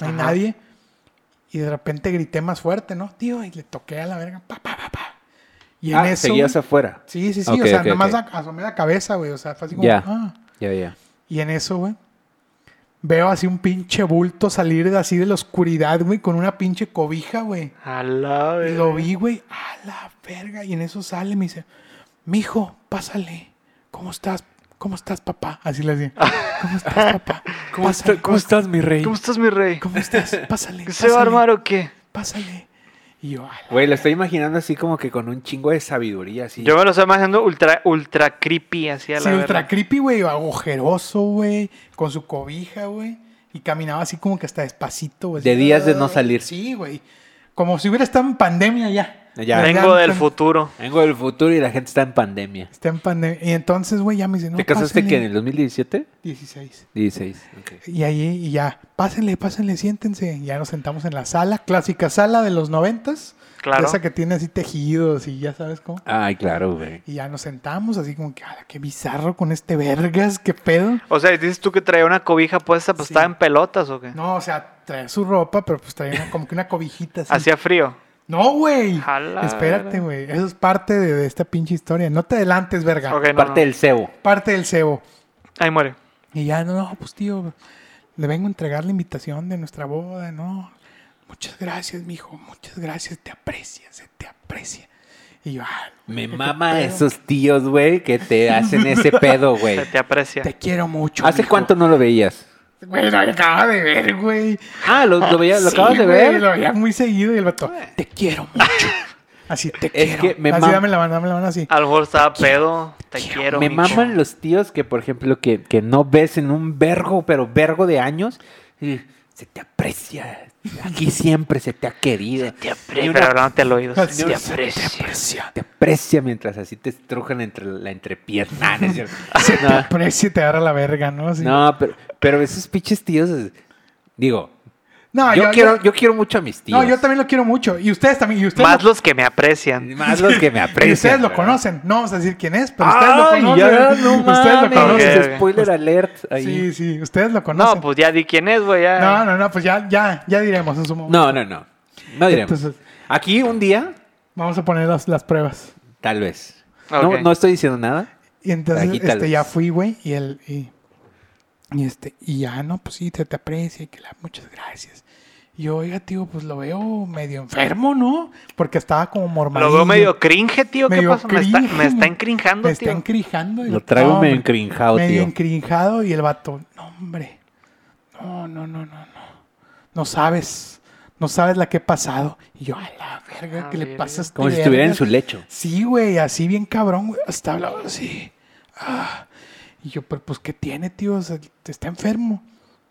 No hay Ajá. nadie. Y de repente grité más fuerte, ¿no? Tío, y le toqué a la verga. Pa, pa, pa, pa. Y en Ah, eso. seguías güey, afuera. Sí, sí, sí. Ok, o sea, ok, nada más ok. a- asomé la cabeza, güey. O sea, fue así como. Ya. "Ah". Ya, ya. Y en eso, güey. Veo así un pinche bulto salir de así de la oscuridad, güey, con una pinche cobija, güey. A la Y verga. lo vi, güey, a la verga. Y en eso sale, me dice, mijo, pásale. ¿Cómo estás? ¿Cómo estás, papá? Así le decía. ¿Cómo estás, papá? Pásale, estás, mi rey? ¿Cómo estás, mi rey? ¿Cómo estás? Pásale. ¿Se va pásale, a armar o qué? Pásale. Y yo, "A la Güey, lo estoy imaginando así como que con un chingo de sabiduría, así. Yo me lo estoy imaginando ultra, ultra creepy, así a la Sí, verga. ultra creepy, güey, agujeroso, güey, con su cobija, güey. Y caminaba así como que hasta despacito, güey. De así, días de no salir. Sí, güey. Como si hubiera estado en pandemia ya. Ya. Vengo del Está- futuro. Vengo del futuro y la gente está en pandemia. Está en pandemia. Y entonces, güey, ya me dice, no, ¿Te casaste pásale. que en el 2017? 16. 16. ok. Y ahí, y ya, pásenle, pásenle, siéntense. Y Ya nos sentamos en la sala, clásica sala de los noventas. Claro. Esa que tiene así tejidos y ya sabes cómo. Ay, claro, güey. Y ya nos sentamos así como que, "Ala, qué bizarro con este vergas, qué pedo. O sea, dices tú que traía una cobija puesta, pues Sí. estaba en pelotas o qué. No, o sea, traía su ropa, pero pues traía una- como que una cobijita así. Hacía frío. No, güey. Jala. Espérate, güey. Eso es parte de, de esta pinche historia. No te adelantes, verga. Ok, no, Parte no. del cebo. Parte del cebo. Ahí muere. Y ya, no, no, pues tío, le vengo a entregar la invitación de nuestra boda, ¿no? Muchas gracias, mijo, muchas gracias, te aprecia, se te aprecia. Y yo, ah, Me qué mama pedo. esos tíos, güey, que te hacen ese pedo, güey. Se te aprecia. Te quiero mucho. ¿Hace mijo. cuánto no lo veías? Güey, lo acaba de ver, güey. Ah, lo, lo, veía- lo Sí, acabas de güey, ver. Lo veía muy seguido y el vato, te quiero mucho. Así, te Es quiero. que me así, mam- Ah, dame la mano, dame la mano así. A lo mejor estaba pedo. Te quiero. Me mijo. maman los tíos que, por ejemplo, que, que no ves en un vergo, pero vergo de años. y se te aprecia. Aquí siempre se te ha querido. Se te Sí, Pero no te lo oído. Se Así, te se aprecia. Te aprecia. te aprecia mientras así te estrujan entre la entrepierna. Ah, ¿no es cierto? Te No, aprecia y te agarra la verga, ¿no? Así. no, pero, pero esos pinches tíos, es- digo, No, yo, quiero, yo, quiero mucho a mis tíos. No, yo también lo quiero mucho. Y ustedes también. Y ustedes Más lo- los que me aprecian. Más los que me aprecian. y ustedes lo ¿verdad? conocen. No vamos a decir quién es, pero ustedes lo Ay, conocen. ya, no ustedes lo mames, conocen. Ok, ok. Spoiler alert ahí. Sí, sí, ustedes lo conocen. No, pues ya di quién es, güey. ya. no, no, no, pues ya, ya, ya diremos en su momento. No, no, no. No diremos. Entonces- Aquí un día, Vamos a poner las, las pruebas. tal vez. Ah, Ok. No, no estoy diciendo nada. Y entonces Aquí tal este, ya vez. fui, güey, y él. Y, y este, y ya, no, pues sí, te, te aprecia y que la, muchas gracias. Y yo, oiga, tío, pues lo veo medio enfermo, ¿no? Porque estaba como mormado. Lo veo medio cringe, tío. ¿Qué Medio pasa? Me está, cringe, me está güey. encrinjando, Me está tío. encrijando. Lo traigo medio encrinjado, Medio tío. encrinjado y el vato, no, hombre. No, no, no, no, no. No sabes. No sabes la que he pasado. Y yo, a la verga, Ah, ¿qué le verga. pasa a este Como si estuviera en verga?". su lecho. Sí, güey, así bien cabrón, güey. Hasta hablaba así. Ah. Y yo, pero pues, ¿qué tiene, tío? O sea, está enfermo.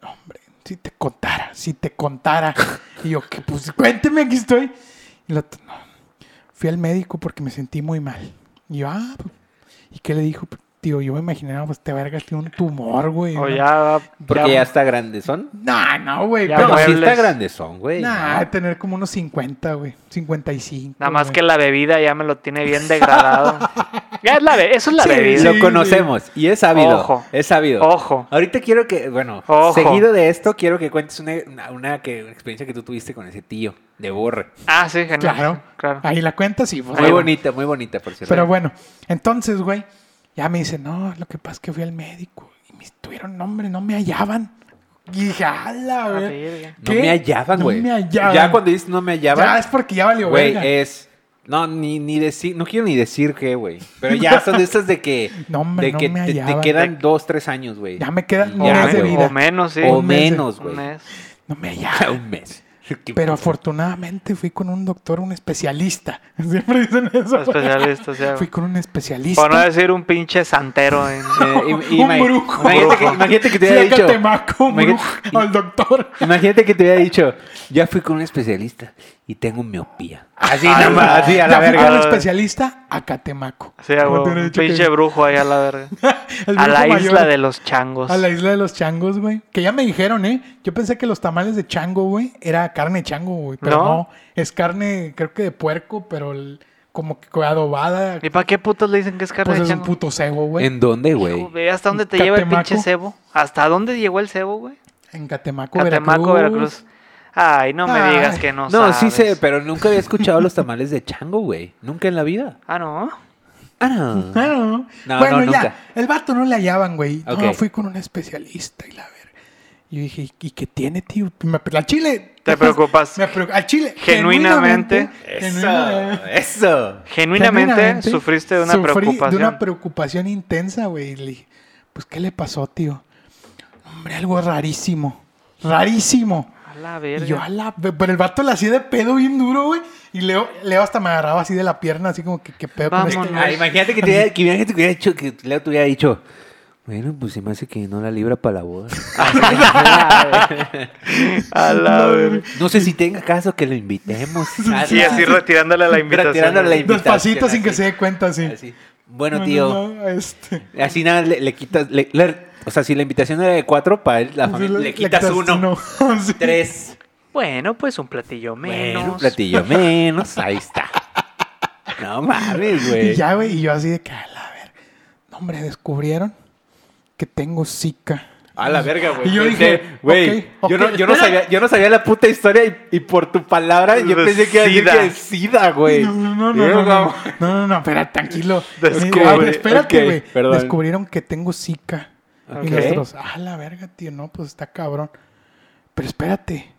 No, hombre, si te contara, si te contara. y yo, que pues, cuénteme, aquí estoy. Y la otra, no. Fui al médico porque me sentí muy mal. Y yo, ah, pues, ¿y qué le dijo? Tío, yo me imaginaba, pues, te vergas, tiene un tumor, güey. O ¿no? Oh, ya va. Porque ya, está grande, ¿son? No, no, güey. Ya, pero- No, sí muebles. está grande, son, güey. Ah, Nah, ¿no? de tener como unos 50, güey. 55. Nada más güey. que la bebida ya me lo tiene bien degradado. Ya es la be- eso es la Sí, bebida. Lo conocemos y es sabido. Ojo. Es sabido. Ojo. Ahorita quiero que, bueno, Ojo. seguido de esto, quiero que cuentes una, una- una que, una experiencia que tú tuviste con ese tío de borre. Ah, sí, genial. Claro, Claro. Ahí la cuenta, sí. pues, Muy Ahí va. bonita, muy bonita, por cierto. Pero bueno, entonces, güey, ya me dice, no, lo que pasa es que fui al médico y me tuvieron nombre, no me hallaban. Y dije, ala, Ah, güey. verga. no ¿qué? me hallaban, No güey. me hallaban. Ya cuando dices no me hallaban, Ya es porque ya valió, Güey, eh, verga. es. No, ni, ni decir, no quiero ni decir qué, güey. Pero ya son de estas de que, No, hombre, de no que me te, te hallaban. quedan dos, tres años, güey. Ya me quedan un O, Ya, mes de men- güey. vida. o menos, sí. O un mes de- menos, Un güey. mes. No me Ya, hallaban. Un mes. Pero afortunadamente fui con un doctor, un especialista. Siempre dicen eso. Especialista, o sea. Fui con un especialista. Por no decir un pinche santero. en- Eh, y- y un imag- brujo. Imagínate que, imagínate que te Fui hubiera a dicho. Catemaco, un imagínate- brujo, al doctor. Imagínate que te hubiera dicho, ya fui con un especialista y tengo miopía. Así Ah, nada más, así a la Ya fui verga. con A el la verga. especialista a Catemaco. Sí, a huevo, Como te hubiera un dicho que- pinche brujo ahí a la verga. el A la brujo mayor. isla de los changos. A la isla de los changos, güey. Que ya me dijeron, ¿eh? Yo pensé que los tamales de chango, güey, era carne de chango, güey. Pero ¿No? no. es carne, creo que de puerco, pero el- como que adobada. ¿Y para qué putos le dicen que es carne Pues de es un chango? puto cebo, güey. En, ¿En dónde, güey? Hijo, ve ¿Hasta dónde te lleva el Catemaco. pinche cebo? ¿Hasta dónde llegó el cebo, güey? Catemaco, Catemaco, Veracruz. Ay, no me Ay. digas que no No, sabes. sí sé, pero nunca había escuchado los tamales de chango, güey. Nunca en la vida. Ah, ¿no? Ah, no. Ah, no. No, bueno, no, ya. nunca. El vato no le hallaban, güey. No, Ok. fui con un especialista y la verga. Y yo dije, ¿y qué tiene, tío? Me- Al chile. Te preocupas. Me preocu- al chile. Genuinamente. Eso, genuinamente- eso. Genuinamente, Genuinamente sufriste de una sufrí preocupación. De una preocupación intensa, güey. Y Le dije, pues, ¿qué le pasó, tío? Hombre, algo rarísimo. Rarísimo. A la Y verga. yo, a la... ve- Pero el vato le hacía de pedo bien duro, güey. Y Leo, Leo hasta me agarraba así de la pierna, así como que, ¿qué pedo con este Vámonos. güey?" Ah, imagínate que, te hubiera- que imagínate que hubiera dicho, que Leo te hubiera dicho, bueno, pues se me hace que no la libra para la boda. A la verga. no sé si tenga caso que lo invitemos. Sí, así retirándole la invitación. Retirándole la güey. invitación. Despacito sin que así. se dé cuenta, así. Así. Bueno, No, tío, no, no, este. así nada, le, le quitas, le- le- o sea, si la invitación era de cuatro, para él, la pues, familia, le, quitas uno, Sí. tres, Bueno, pues un platillo menos. bueno, un platillo menos, ahí está. No mames, Y güey. ya, güey, y yo así de que, a la verga. No, hombre, descubrieron que tengo zika. A la verga, güey. Y yo Pensé, dije, güey, ok, yo, ok, no, yo, no espera. sabía, yo no sabía la puta historia y, y por tu palabra yo De pensé que iba a decir sida. que es sida, güey. No, no, no, no, no, no, no, no, no, espera, tranquilo. Descubre, Ah, espérate, ok, güey. perdón. Descubrieron que tengo zika. Ok. Y nosotros, ah, la verga, tío, no, pues está cabrón. Pero espérate,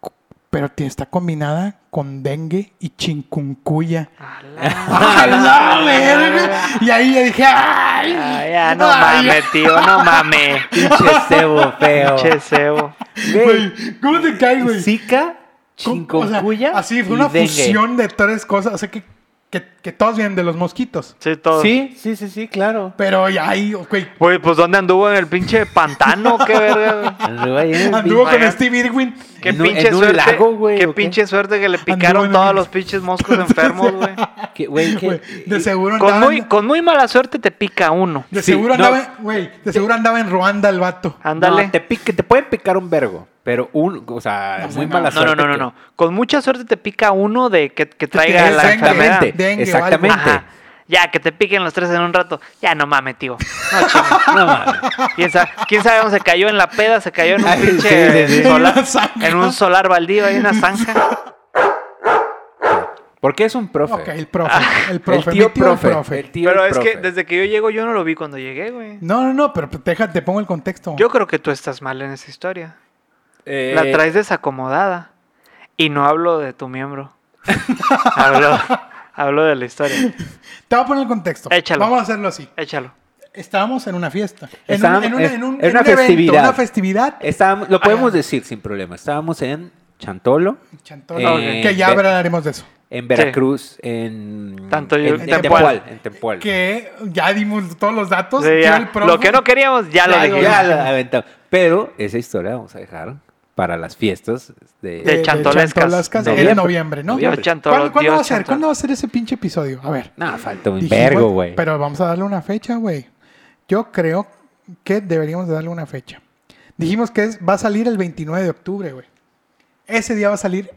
cu- pero tío, está combinada con dengue y chikungunya. A la- ¡A la verga! Y ahí yo dije, ¡ay! Ah, ya, no ay, mames, tío, no mames. Pinche cebo feo. Che, cebo. Güey, Güey, ¿cómo te cae, güey? Zika, ¿Cómo? O sea, chingoncuya Así, fue y una dengue. fusión de tres cosas. O sea, que, que, que todos vienen de los mosquitos. Sí, todo. Sí, sí, sí, sí, claro. Pero ya ahí, güey, Güey, pues ¿dónde anduvo? ¿En el pinche pantano? ¿Qué verga? güey? Anduvo ahí en el anduvo pinche- con Vaya. Steve Irwin. Qué En un- pinche en un suerte. lago, güey, qué ¿o qué? pinche suerte que le en picaron el- todos los pinches moscos enfermos, güey. que, Güey, que- Güey, de seguro Con andaba. muy, en- con muy mala suerte te pica uno. de sí, seguro no. Ah, andaba, en- güey, de seguro andaba en Ruanda el vato. Ándale. No, te, pique, te pueden picar un vergo, pero un, o sea, No, muy no, mala No, no, suerte. no, no, que- no. Con mucha suerte te pica uno de que, que traiga tenga la dengue. enfermedad. Exactamente, Dengue o exactamente. Ajá. Ya, que te piquen los tres en un rato. Ya, no mames, tío. No chingues. No mames. ¿Quién sabe, quién sabe dónde se cayó? ¿En la peda? ¿Se cayó en un Ay, sí, pinche sí, sí. En solar? una zanja. En un solar baldío, hay una zanja. Porque es un profe. Ok, el profe. El profe. el tío mi tío, el profe. profe. el tío Pero el es que profe. desde que yo llego, yo no lo vi cuando llegué, güey. No, no, no, pero te, deja- te pongo el contexto. Yo creo que tú estás mal en esa historia. Eh, La traes desacomodada. Y no hablo de tu miembro. hablo, hablo de la historia. Te voy a poner el contexto. Échalo. Vamos a hacerlo así. Échalo. Estábamos en una fiesta. En, un, Estábamos- en, una, eh, en, un, en una evento, festividad. Eh, una festividad. estábamos- Ah, lo podemos decir sin problema. Estábamos en Chantolo, Chantolo, Eh, que ya ve- hablaremos de eso. en Veracruz, en, Tanto yo- en, en Tempual. Tempual, en Tempual. Que ya dimos todos los datos. Sí, tío, ya. Pues, el profe. Lo que no queríamos, ya lo Ya, dijimos. ya la aventamos. Pero esa historia la vamos a dejar para las fiestas de, De chantolescas. Eh, chantolescas Noviembre. en noviembre, ¿no? Noviembre. Chantolo, ¿Cuándo, cuándo Dios va a ser? Chantolo. ¿Cuándo va a ser ese pinche episodio? A ver. No, falta un Dijimos, vergo, güey. Pero vamos a darle una fecha, güey. Yo creo que deberíamos de darle una fecha. Dijimos que es- va a salir el 29 de octubre, güey. Ese día va a salir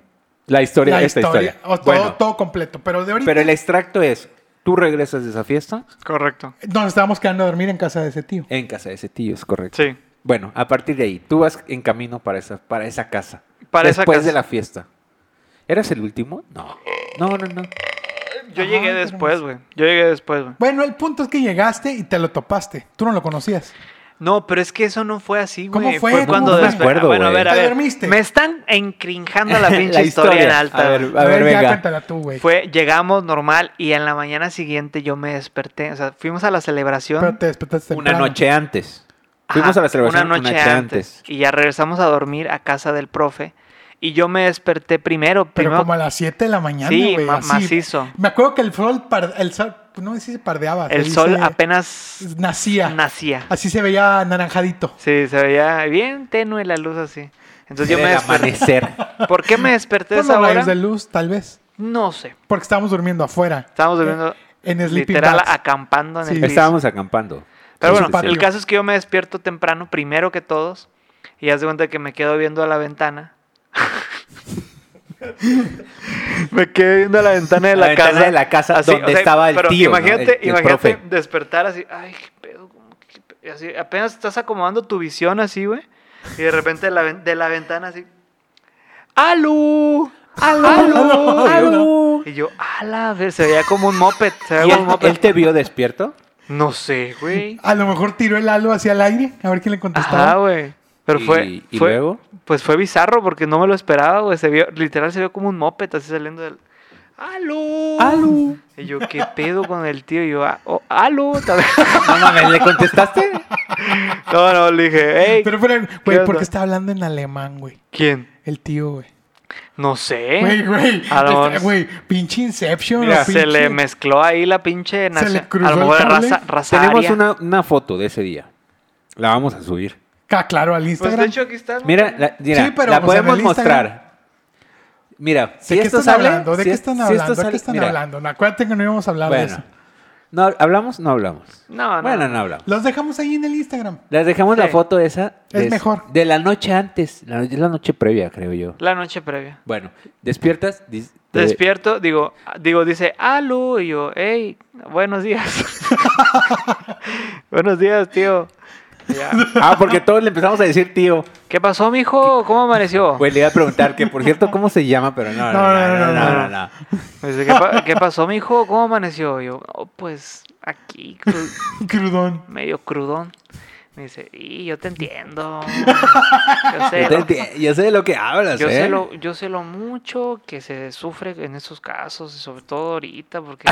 La historia, la esta historia. o todo, Bueno, todo completo. Pero de ahorita pero el extracto es, tú regresas de esa fiesta Correcto. nos estábamos quedando a dormir en casa de ese tío. en casa de ese tío, es correcto. Sí. Bueno, a partir de ahí, tú vas en camino para esa, para esa casa. Para esa después casa. de la fiesta. ¿Eras el último? No. No, no, no. Yo Ajá, llegué pero- después, güey. Yo llegué después, güey. Bueno, el punto es que llegaste y te lo topaste. Tú no lo conocías. No, pero es que eso no fue así, güey. ¿Cómo fue? ¿Cómo cuando fue? despe- No me acuerdo, Bueno, a güey. ver, a ¿Te ver. dormiste? Me están encrinjando la pinche La historia, en historia. alta. A ver, güey. a ver, ya venga. cuéntala tú, güey. Fue, llegamos normal y en la mañana siguiente yo me desperté. O sea, fuimos a la celebración. Pero te despertaste Una temprano. noche antes. Ajá, Fuimos a la celebración Ah, una noche antes, Y ya regresamos a dormir a casa del profe. Y yo me desperté primero. Pero primero como a las 7 de la mañana, Sí, güey. ma- así. macizo. Me acuerdo que el sol, par- el sol no sé si se pardeaba. se el dice- sol apenas nacía. nacía. Así se veía naranjadito. Sí, se veía bien tenue la luz así. Entonces yo me Era el desperté. amanecer. ¿Por qué me desperté a Por esa los rayos de hora? luz, tal vez. No sé. Porque estábamos durmiendo afuera. Estábamos durmiendo En Sleeping literal Bags. acampando en Sí. el piso. Estábamos acampando. Pero Sí, bueno, sí, sí. el caso es que yo me despierto temprano, primero que todos, y haz de cuenta que me quedo viendo a la ventana. me quedé viendo a la ventana de La la, ventana casa. de la casa donde estaba el pero tío, ¿no? Imagínate, El- el imagínate profe. despertar así, ay, qué pedo, como que qué pe-", así, apenas estás acomodando tu visión así, güey, y de repente de la, ven- de la ventana así, ¡Alú! ¡Alú! ¡Alú! Y yo, ala, ver, se veía como un moped, se veía ¿Y como un él, moped. él te vio despierto? No sé, güey. A lo mejor tiró el halo hacia el aire, a ver quién le contestaba. Ajá, güey. Pero ¿Y- fue, y fue- luego? Pues fue bizarro porque no me lo esperaba, güey. Se vio, literal se vio como un moped así saliendo del. ¡Aló! ¡Aló! Y yo, ¿qué pedo con el tío? Y yo, "Ah, oh, ¡Aló! tal- No mames, ¿le contestaste? no, no, le dije, ¡Ey! Pero, pero, onda? güey, ¿por qué está hablando en alemán, güey? ¿Quién? El tío, güey. No sé. Güey, güey. Eh, A lo mejor- está- Güey, pinche Inception. Mira, o se pinche- le mezcló ahí la pinche nación. cruzó A lo el mejor era cable. raza, raza Tenemos aria. una, una foto de ese día. La vamos a subir. Ah, claro, al Pues Instagram. de hecho, aquí está. ¿no? Mira, la, mira, Sí, pero, la pues, en el podemos Instagram. mostrar. Mira, si ¿De qué esto están sale, hablando? ¿De si qué es- están si hablando? esto ¿De sale- qué están mira, hablando? No, Acuérdate que no íbamos a hablar de Bueno, eso. no, ¿hablamos? No hablamos. No, no. Bueno, no hablamos. Los dejamos ahí en el Instagram. Les dejamos la Sí. foto esa. Es des- mejor. De la noche antes. La, es la noche previa, creo yo. La noche previa. Bueno, despiertas. dis- te- Despierto, digo, digo, dice, aló, y yo, hey, buenos días. buenos días, tío. Y ya, Ah, porque todos le empezamos a decir tío. ¿Qué pasó, mijo? ¿Cómo amaneció? Pues le iba a preguntar que, por cierto, ¿cómo se llama? Pero no, no, no, no, no, no, no. Me dice, ¿qué, pa- qué pasó, mijo? ¿Cómo amaneció? Y yo, "Oh, pues aquí, cru- Crudón. medio crudón. Me dice, y yo te entiendo. Yo sé, Yo, te lo- enti- yo sé de lo que hablas, yo ¿eh? sé lo, yo sé lo mucho que se sufre en esos casos, y sobre todo ahorita, porque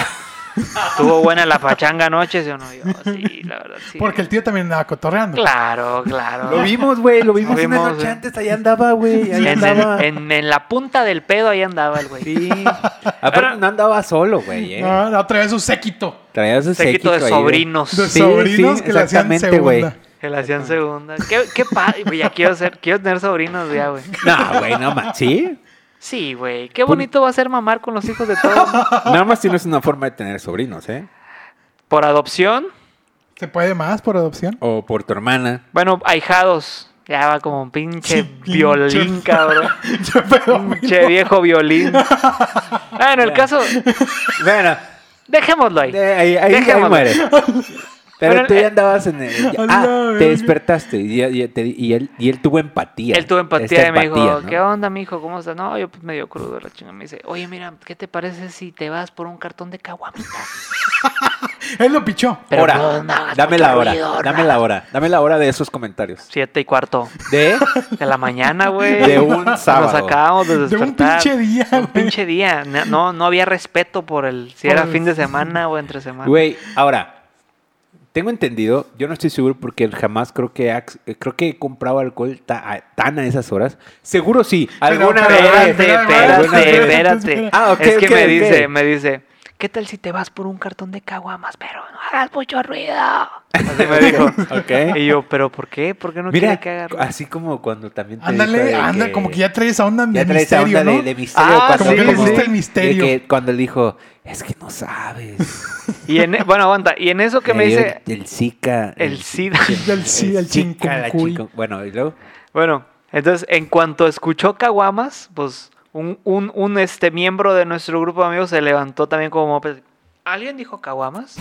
estuvo buena la pachanga anoche, ¿sí o no? Yo, sí, la verdad, sí. Porque el tío también andaba cotorreando. Claro, claro. Lo vimos, güey, lo vimos, Lo una vimos, noche güey. antes, ahí andaba, güey, ahí eh. En, andaba. el- en- en la punta del pedo ahí andaba el güey. Sí. Aparte, no andaba solo, güey, ¿eh? No, la otra vez su séquito. Traía su Séquito de séquito ahí sobrinos. De Sí, sobrinos sí, que le hacían exactamente, güey. segunda. Que la hacían segunda. Qué, qué padre. Güey, ya quiero, ser, quiero tener sobrinos ya, güey. No, güey, no más. ¿Sí? Sí, güey. Qué bonito va a ser mamar con los hijos de todos. ¿no? Nada más tienes una forma de tener sobrinos, ¿eh? Por adopción. ¿Se puede más por adopción? O por tu hermana. Bueno, ahijados. Ya va como un pinche Sí, pinche- violín, cabrón. Yo pedófilo. Pinche viejo violín. Bueno, el caso... Bueno, Dejémoslo ahí. de- ahí, ahí, ahí Dejémoslo. muere. Pero Bueno, tú eh, ya andabas en el... a Ah, la te verga. despertaste y, ya- ya te- y él, y él tuvo empatía. Él tuvo Esta empatía y me dijo, ¿no? ¿qué onda, mijo? ¿Cómo estás? No, yo pues medio crudo la chinga. Me dice, oye, mira, ¿qué te parece si te vas por un cartón de caguamitas? Él lo pichó. Pero hora. no, no hagas dame mucho la hora. ruido, dame no. la hora. Dame la hora de esos comentarios. Siete y cuarto De, de la mañana, güey. de un sábado. Nos acabamos de De un despertar. pinche día, Un güey. pinche día. No- No, no había respeto por el... Si Por era el- fin de semana o entre semana. Güey, ahora. Tengo entendido, yo no estoy seguro porque jamás creo que ac- eh, creo que he comprado alcohol ta- a- tan a esas horas. Seguro sí, alguna pero- vez. Espérate, espera, alguna espérate, vez. espérate. Ah, ok, Es que ok, me ok. dice, me dice... ¿Qué tal si te vas por un cartón de caguamas, pero no hagas mucho ruido? Así me dijo. Ok. Y yo, ¿pero por qué? ¿Por qué no Mira, ah. quiere que haga ruido? así como cuando también te dijo Ándale, de anda, como que ya traes a onda de ya trae esa misterio, onda ¿no? de, de misterio. Ah, cuando como que le dijo- gusta el de misterio. que cuando él dijo, es que no sabes. Y en, e, bueno, aguanta. Y en eso que me Le dio dice el, el Zika. el SIDA. Del sí, del Zika, la chincucuy. chincun- Bueno, y luego. Bueno, entonces, en cuanto escuchó Caguamas, pues un, un, un, este miembro de nuestro grupo de amigos se levantó también como moped. ¿Alguien dijo Caguamas?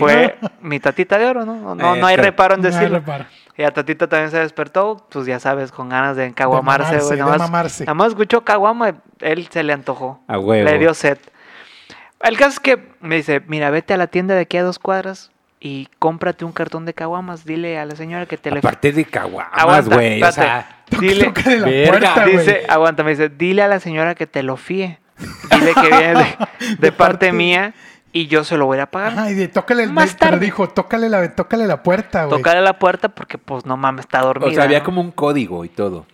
Fue mi tatita de oro, ¿no? No, Eh, no hay claro. reparo en No hay decirlo. reparo. Y la tatita también se despertó, pues ya sabes, con ganas de encaguamarse, mamarse, güey. de Nada más- mamarse. nada más escuchó Caguama, él se le antojó. A huevo. Le dio set. El caso es que me dice, mira, vete a la tienda de aquí a dos cuadras y cómprate un cartón de caguamas. Dile a la señora que te le... Aparte de caguamas, Aguanta, güey. O espérate. sea, Dile, Toca de la Verga. puerta, güey. dice, aguanta, me dice, dile a la señora que te lo fíe. Dile que viene de, de De parte parte. mía y yo se lo voy a pagar. Ajá, y de tócale el Más pero tarde. dijo, tócale la, tócale la puerta, güey. Tocarle la puerta porque, pues, no mames, está dormida. o sea, había ¿no? como un código y todo.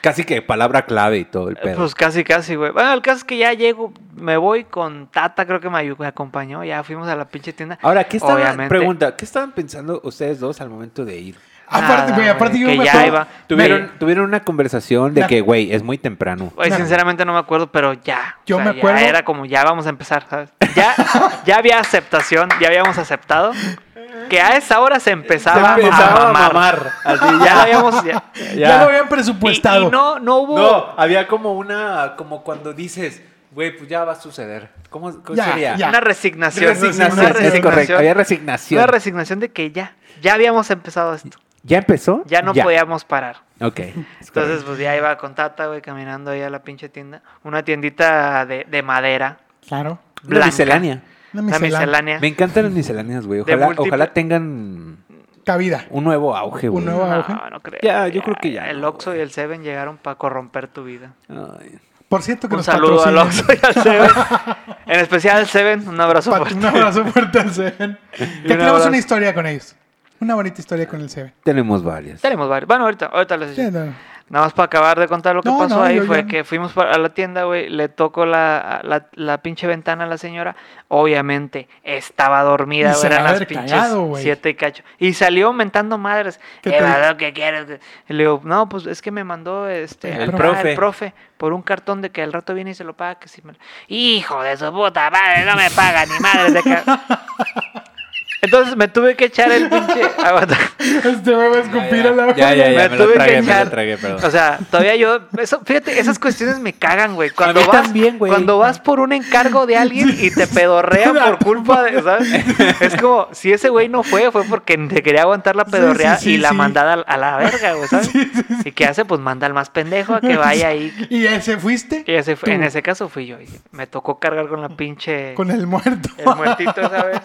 Casi que palabra clave y todo el Eh, pedo. Pues casi, casi, güey. Bueno, el caso es que ya llego, me voy con Tata, creo que me, ayu- me acompañó, ya fuimos a la pinche tienda. Ahora, ¿qué estaban, Obviamente, pregunta, ¿qué estaban pensando ustedes dos al momento de ir? Aparte, Nada, güey, aparte güey, yo que me ya acuerdo- iba. Tuvieron, Me- tuvieron una conversación de Nah. que, güey, es muy temprano. Güey, Nah. sinceramente no me acuerdo, pero ya. Yo me ya acuerdo. era como, ya vamos a empezar, ¿sabes? Ya, ya había aceptación, ya habíamos aceptado que a esa hora se empezaba, Se empezaba a mamar. Así, ya lo habíamos... ya- ya. lo habían presupuestado. Y, y no, no hubo... No, había como una, como cuando dices, güey, pues ya va a suceder. ¿Cómo, cómo Ya, sería? ya. Una resignación. Resignación, Una es correcto, resignación. había resignación. Una resignación de que ya, ya habíamos empezado esto. ¿Ya empezó? Ya no podíamos parar. Ok. es correcto. Entonces, pues ya iba con Tata, güey, caminando ahí a la pinche tienda. Una tiendita de, de madera. Claro. Una blanca. miscelánea. Una Una miscelánea. miscelánea. Me encantan las misceláneas, güey. Ojalá, múltiple- ojalá tengan Cabida. un nuevo auge, Un güey. nuevo- No, no creo. Ya, yo creo que ya El no, Oxxo y el Seven llegaron para corromper tu vida. Ay. Por cierto que Un nos saludo al patrocinen. Oxxo y al Seven. en especial al Seven, un abrazo Pat- Un fuerte. abrazo fuerte al Seven. un ¿eh? Que tenemos abrazo. una historia con ellos. Una bonita historia con el Seven. Tenemos varias. Tenemos varios. Bueno, ahorita, ahorita les Sí, no, no. Nada más para acabar de contar lo que No, pasó no, ahí yo- fue yo- que fuimos pa- a la tienda, güey, le tocó la, la, la pinche ventana a la señora. Obviamente estaba Y dormida, se güey, la eran ha de las haber pinches cagado, güey. siete y cacho. Y salió mentando madres. "Eh, ¿Qué ¿Qué te dijo? lo que quieres? güey?". Y le digo, no, pues es que me mandó este El ah, profe. el profe por un cartón de que al rato viene y se lo paga. Que si me... lo-". Hijo de su puta madre, no me paga ni madre de ca-". Entonces me tuve que echar el pinche. aguanta. Este me va a escupir a la Ya, ya, ya, Me me, lo tuve que tragué, me echar. lo tragué, perdón. O sea, todavía yo, eso, fíjate, esas cuestiones me cagan, güey. Cuando mí vas, también, güey. cuando vas por un encargo de alguien y te pedorrean por culpa de, ¿sabes? Es como, si ese güey no fue, fue porque te quería aguantar la Sí, sí, pedorreada sí, y la sí. mandada a la verga, güey, ¿sabes? ¿Y qué hace? Pues manda al más pendejo a que vaya ahí. ¿Y ese fuiste? Y ese fue- Tú. en ese caso fui yo. y Me tocó cargar con la pinche... Con el muerto. el muertito, ¿sabes?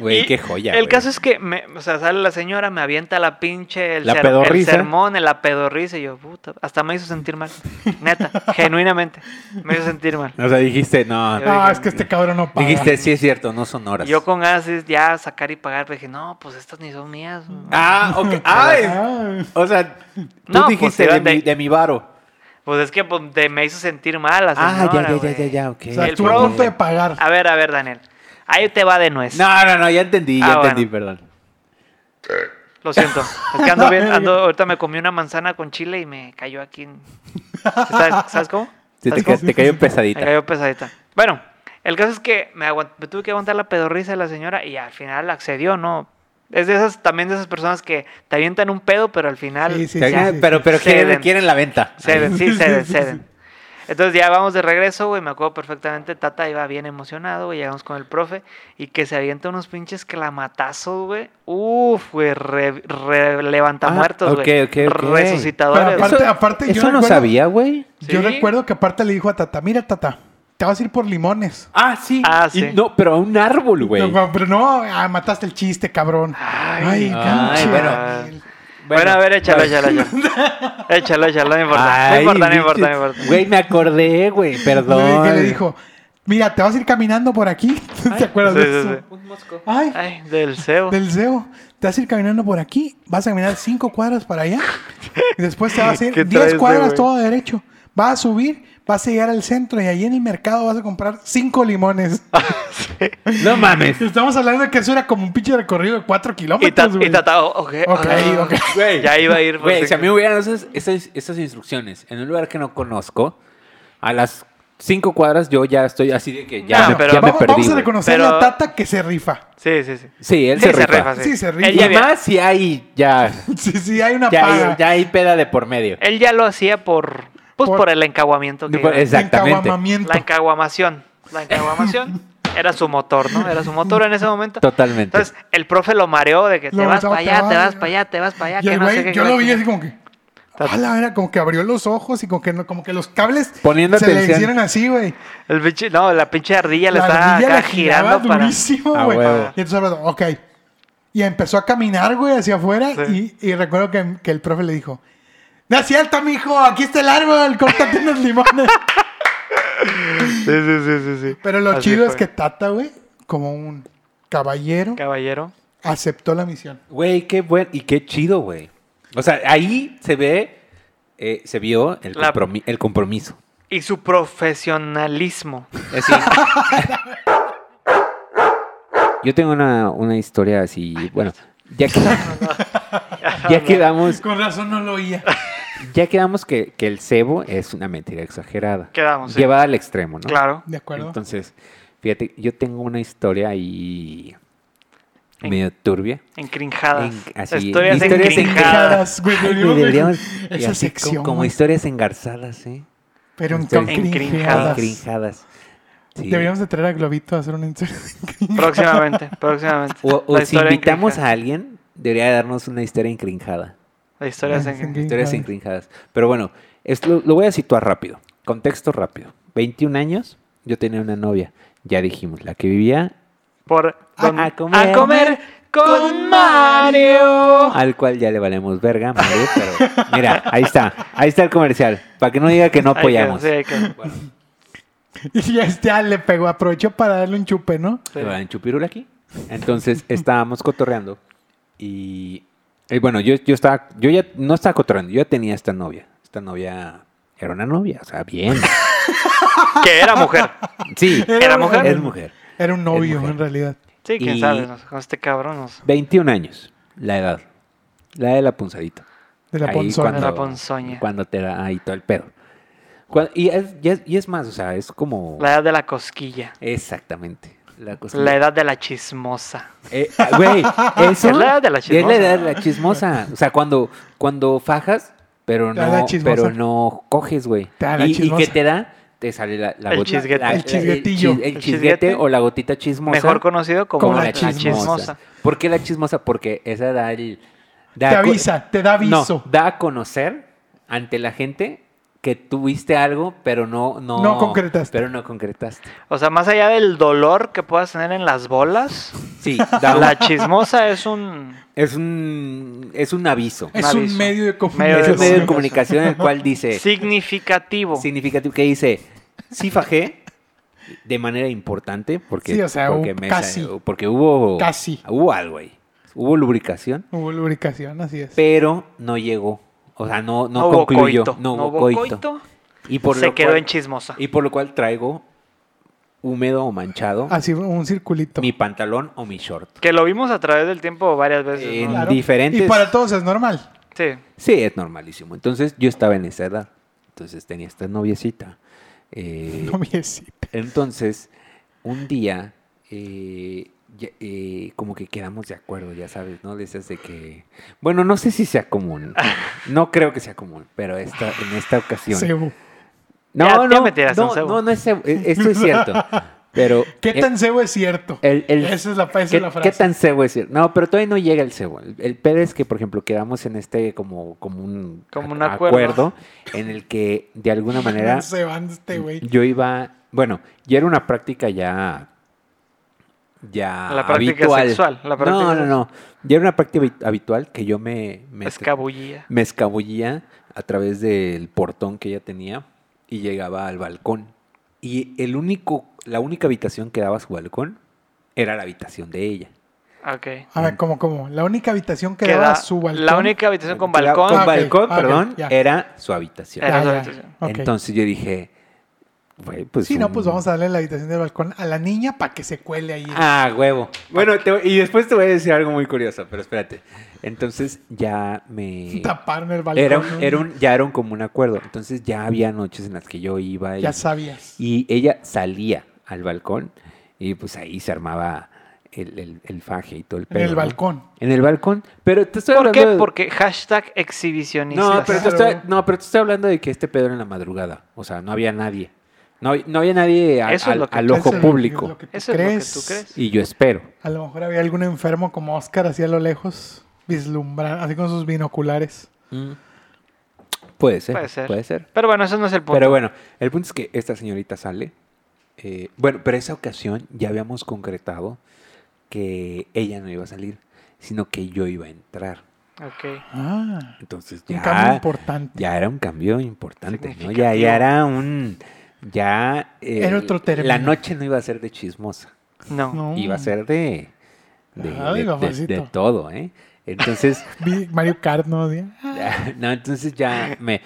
Güey, Y qué joya. El güey. caso es que, me, o sea, sale la señora, me avienta la pinche, el, La ser- el pedorriza. sermón, el- la pedorriza, y yo, puta, hasta me hizo sentir mal. Neta, genuinamente, me hizo sentir mal. O sea, dijiste, no. Yo Ah, dije, es que este cabrón no paga. Dijiste, sí es cierto, no son Y horas. Yo con ganas de ya sacar y pagar, pero dije, no, pues estas ni son mías. Ah, ok. Ah, es- Ah, o sea, tú No, pues, dijiste de, eran mi, de- de mi varo. Pues es que pues, te- me hizo sentir mal la Ah, ya, señora, ya, ya, ya, güey. ya, ok. o sea, El estuvo a profe. Ah, punto de pagar. A ver, a ver, Daniel, ahí te va de nuez. No, no, no, ya entendí, ya Ah, bueno. entendí, perdón. Lo siento, es que ando bien, ando, ahorita me comí una manzana con chile y me cayó aquí. en- ¿Sabes, sabes cómo? Sí, te, ¿Sabes ca- cómo? te cayó pesadita. Me cayó pesadita. Bueno, el caso es que me, aguant- me tuve que aguantar la pedorrisa de la señora y al final accedió, ¿no? Es de esas, también de esas personas que te avientan un pedo, pero al final Sí, sí, Te- sí, sí, pero sí. pero quieren, Ceden. quieren la venta. ceden, sí, ceden, ceden. Entonces ya vamos de regreso, güey, me acuerdo perfectamente, Tata iba bien emocionado, güey, llegamos con el profe y que se avienta unos pinches clamatazos, güey. Uf, güey, re, re- levantamuertos, Ah, güey. ok, ok, ok. Resucitadores. Pero güey. Aparte- aparte, yo eso no recuerdo- sabía, güey. Yo Sí. recuerdo que aparte le dijo a Tata, mira Tata, te vas a ir por limones. Ah, sí. Ah, Y sí. no, pero a un árbol, güey. No, pero no, ah, mataste el chiste, cabrón. Ay, ay, pinche. bueno. Ah. Bueno, a ver, échalo, ya. échalo, échalo. échalo, échalo, no importa. Ay, no importa, no bicho. importa, no importa. Güey, me acordé, güey, perdón. Que le dijo, mira, te vas a ir caminando por aquí. ¿Te acuerdas sí, de sí, eso? sí. Un mosco. Ay, Ay, del cebo. del CEO. Te vas a ir caminando por aquí, vas a caminar cinco cuadras para allá. Y después te vas a ¿Qué ir traes diez de cuadras güey? todo derecho. Vas a subir, vas a llegar al centro y allí en el mercado vas a comprar cinco limones. Sí. No mames. Estamos hablando de que eso era como un pinche recorrido de cuatro Y, ta- kilómetros. y güey. tata, oh, ok, Ok, ah, ok. Güey. Ya iba a ir. pues, por Güey, si- si a mí me hubieran dado esas, esas, esas instrucciones en un lugar que no conozco, a las cinco cuadras yo ya estoy así de que ya, No, me, pero ya me vamos, perdí. vamos a güey. reconocer Pero- a Tata que se rifa. Sí, sí, sí. Sí, él Sí, se rifa. Sí, se rifa. Él Y ya, había- más si hay ya, Sí, sí, hay una ya, paga. hay, ya hay peda de por medio. él ya lo hacía por, pues, Por- por, el encaguamiento. Que Por- iba. Exactamente. Encaguamamiento. La encaguamación. La encaguamación era su motor, ¿no? Era su motor en ese momento. Totalmente. Entonces, el profe lo mareó de que Lo te vas mataba, para allá, te te vas. vas para allá, te vas para Y allá. el que no sé güey, yo qué, que lo no sé vi qué. así como que. A la vera, como que abrió los ojos y como que, no- como que los cables Poniendo se le atención. hicieron así, güey. El pinche, no, la pinche ardilla le La estaba ardilla acá la giraba girando para. durísimo, Ah, güey. huevo. y entonces, hablando, ok. Y empezó a caminar, güey, hacia afuera. Sí. Y, y recuerdo que, que el profe le dijo: No es cierto, mijo, aquí está el árbol, córtate unos limones. Sí, sí, sí, sí, sí. Pero lo Así chido es fue. que Tata, güey, como un caballero, Caballero. aceptó la misión. Güey, qué buen y qué chido, güey. O sea, ahí se ve, eh, se vio el, La- compromi- el compromiso. Y su profesionalismo. Es decir, yo tengo una, una historia así, bueno, Ya, que- ya quedamos, Con razón no lo oía. ya quedamos que, que el cebo es una mentira exagerada. Quedamos, sí. Llevada al extremo, ¿no? Claro. De acuerdo. Entonces, fíjate, yo tengo una historia ahí medio turbia. Encrinjadas. En- así, Historias, historias encrinjadas. Encajadas, güey, Ay, güey, deberíamos- deberíamos- y Esa así sección. como, como güey. historias engarzadas, ¿eh? Pero Historias encrinjadas. Encrinjadas. Sí. Deberíamos de traer a Globito a hacer una historia. Próximamente, próximamente. O, o La si historia invitamos encrinjada. a alguien, debería darnos una historia encrinjada. Las Ah, historias encrinjadas. Historias encrinjadas. Pero bueno, es- lo, lo voy a situar rápido. Contexto rápido. 21 años, yo tenía una novia. Ya dijimos, la que vivía Por, con- a comer. a comer con Mario. Al cual ya le valemos verga, Mario, pero mira, ahí está, ahí está el comercial, para que no diga que no Ahí quedó, apoyamos. sí, ahí quedó. Y este ya le pegó, aprovechó para darle un chupe, ¿no? ¿Te va en Chupirula aquí? Entonces estábamos cotorreando y, y bueno, yo, yo estaba, yo ya no estaba cotorreando, yo ya tenía esta novia, esta novia era una novia, o sea, bien. Que era mujer. Sí, ¿Era mujer? es mujer. Era un novio, mujer. en realidad. Sí, quién Y- sabe, no sé, con este cabrón. no sé. 21 años, la edad, la edad de la punzadita. De la Ahí ponzona. cuando- La ponzoña. Cuando te da ahí todo el pedo. Cuan- y, es, y es- y es más, o sea, es como... La edad de la cosquilla. Exactamente. La cosa- La edad de la chismosa. Eh, ah, güey, eso Es la edad de la Es chismosa. la edad de la chismosa. O sea, cuando, cuando fajas, pero La edad no, chismosa. pero no coges, güey. Te da la Y, y chismosa. que te da, te sale la, la El gota- chisguete. la- El la- chisguetillo. El, chis- el El chisguete chisguete. o la gotita chismosa. Mejor conocido como, la, chismosa. ¿Por qué la chismosa? Porque esa da el. da Te a co- avisa, te da aviso. No, da a conocer ante la gente que tuviste algo, pero no, no, No concretaste. Pero no concretaste. O sea, más allá del dolor que puedas tener en las bolas, Sí, da un- la chismosa es un. es un es un aviso. Es Un un aviso. medio de Medio comunicación. Es un medio comunicación. de comunicación en el cual dice Significativo. significativo que dice sí fajé de manera importante porque Sí, o sea, porque, hubo- me casi. salió- porque hubo Casi. hubo algo ahí. Hubo lubricación, Hubo lubricación, así es. pero no llegó. O sea, no, no, hubo concluyó, coito. no hubo coito. Y por se lo quedó cual- en chismosa. Y por lo cucual traigo húmedo o manchado Así, un circulito. mi pantalón o mi short. Que lo vimos a través del tiempo varias veces. En ¿no? Claro. diferentes Y para todos es normal. Sí. Sí, es normalísimo. Entonces yo estaba en esa edad. Entonces tenía esta noviecita. Eh, Noviecita. entonces, un día, eh, ya- eh, como que quedamos de acuerdo, ya sabes, ¿no? De esas de que... Bueno, no sé si sea común. No creo que sea común, pero esta, en esta ocasión... Cebo. No, Ya- ya no, me tiraste un no, cebo. no, no es cebo, eh, Esto es cierto. Pero... ¿Qué eh, tan cebo es cierto? el- el- esa es la, esa es ¿Qué, la frase. qué tan cebo es cierto? No, pero todavía no llega el cebo. El, el pedo es que, por ejemplo, quedamos en este como, como un, Como un ac- acuerdo. en el que de alguna manera Se van este güey. yo iba, bueno, ya era una práctica ya ya La práctica habitual. sexual, la práctica no, no, sexual. no. Ya era una práctica habi- habitual que yo me me, Escabullía. me escabullía a través del portón que ella tenía y llegaba al balcón. Y el único la única habitación que daba a su balcón era la habitación de ella. Ok. A ver, Ah, ¿cómo, cómo? La única habitación que Queda- daba a su balcón. Em, La única habitación con La- balcón. Con Ah, ok, balcón, ah, ok, perdón, ya. era su habitación. Era- Ya, su ya, habitación. ok. Entonces yo dije, güey, pues... Sí, no, un- pues vamos a darle la habitación del balcón a la niña para que se cuele ahí. Ah, huevo. Bueno, te voy- y después te voy a decir algo muy curioso, pero espérate. Entonces ya me... Taparon el balcón. Era, un- ¿no? era un- ya era un común acuerdo. Entonces ya había noches en las que yo iba y, Ya sabías. y ella salía al balcón y pues ahí se armaba el, el- el faje y todo el En pedo. el ¿no? balcón. En el balcón. Pero te estoy ¿Por hablando... qué? de- Porque hashtag exhibicionistas. No pero, te Claro. estoy, no, pero te estoy hablando de que este pedo era en la madrugada. O sea, no había nadie. No, no había nadie al, Eso es al- lo que- al ojo Eso es lo- público. lo que tú Eso es lo que tú crees. Y yo espero. A lo mejor había algún enfermo como Oscar así a lo lejos, vislumbrar, así con sus binoculares. Puede ser. Puede ser. Puede ser. Pero bueno, eso no es el punto. Pero bueno, el punto es que esta señorita sale. eh, bueno, pero esa ocasión ya habíamos concretado que ella no iba a salir, sino que yo iba a entrar. Ok. Ah, Entonces un cambio ya, importante. ya era un cambio importante, ¿no? Ya, ya era un... Ya... eh, Era otro término. La noche no iba a ser de chismosa, No. No. iba a ser de... De, Mm. Ay, de- de- papacito. de todo, ¿eh? Entonces... Vi Mario Kart, ¿no? Así, ah, no, entonces ya me...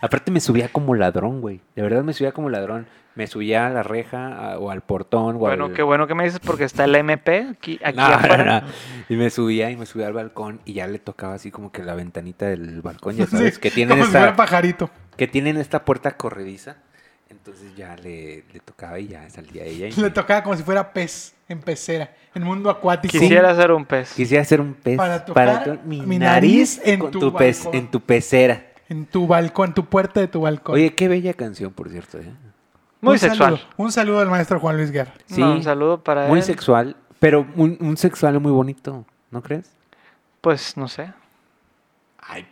Aparte me subía como ladrón, güey. De verdad me subía como ladrón. Me subía a la reja a- o al portón. O Bueno, al... qué bueno que me dices porque está el MP aquí, aquí No, afuera. no, no. Y me subía y me subía al balcón y ya le tocaba así como que la ventanita del balcón, ya sabes, Sí, que tienen como si fuera esta, pajarito. que tienen esta puerta corrediza. Entonces ya le, le tocaba y ya salía ella. y Le me- tocaba como si fuera pez en pecera, en mundo acuático. Quisiera ser un pez. Quisiera hacer un pez Para para, tocar to- mi, mi nariz nariz, en con tu tu pez- balcón. en tu pecera. En tu balcón, en tu puerta de tu balcón. Oye, qué bella canción, por cierto. ¿eh? Muy Un sexual. saludo, un saludo al maestro Juan Luis Guerra. Sí, No, un saludo para muy él. sexual, pero un, un sexual muy bonito, ¿no crees? Pues no sé. Ay,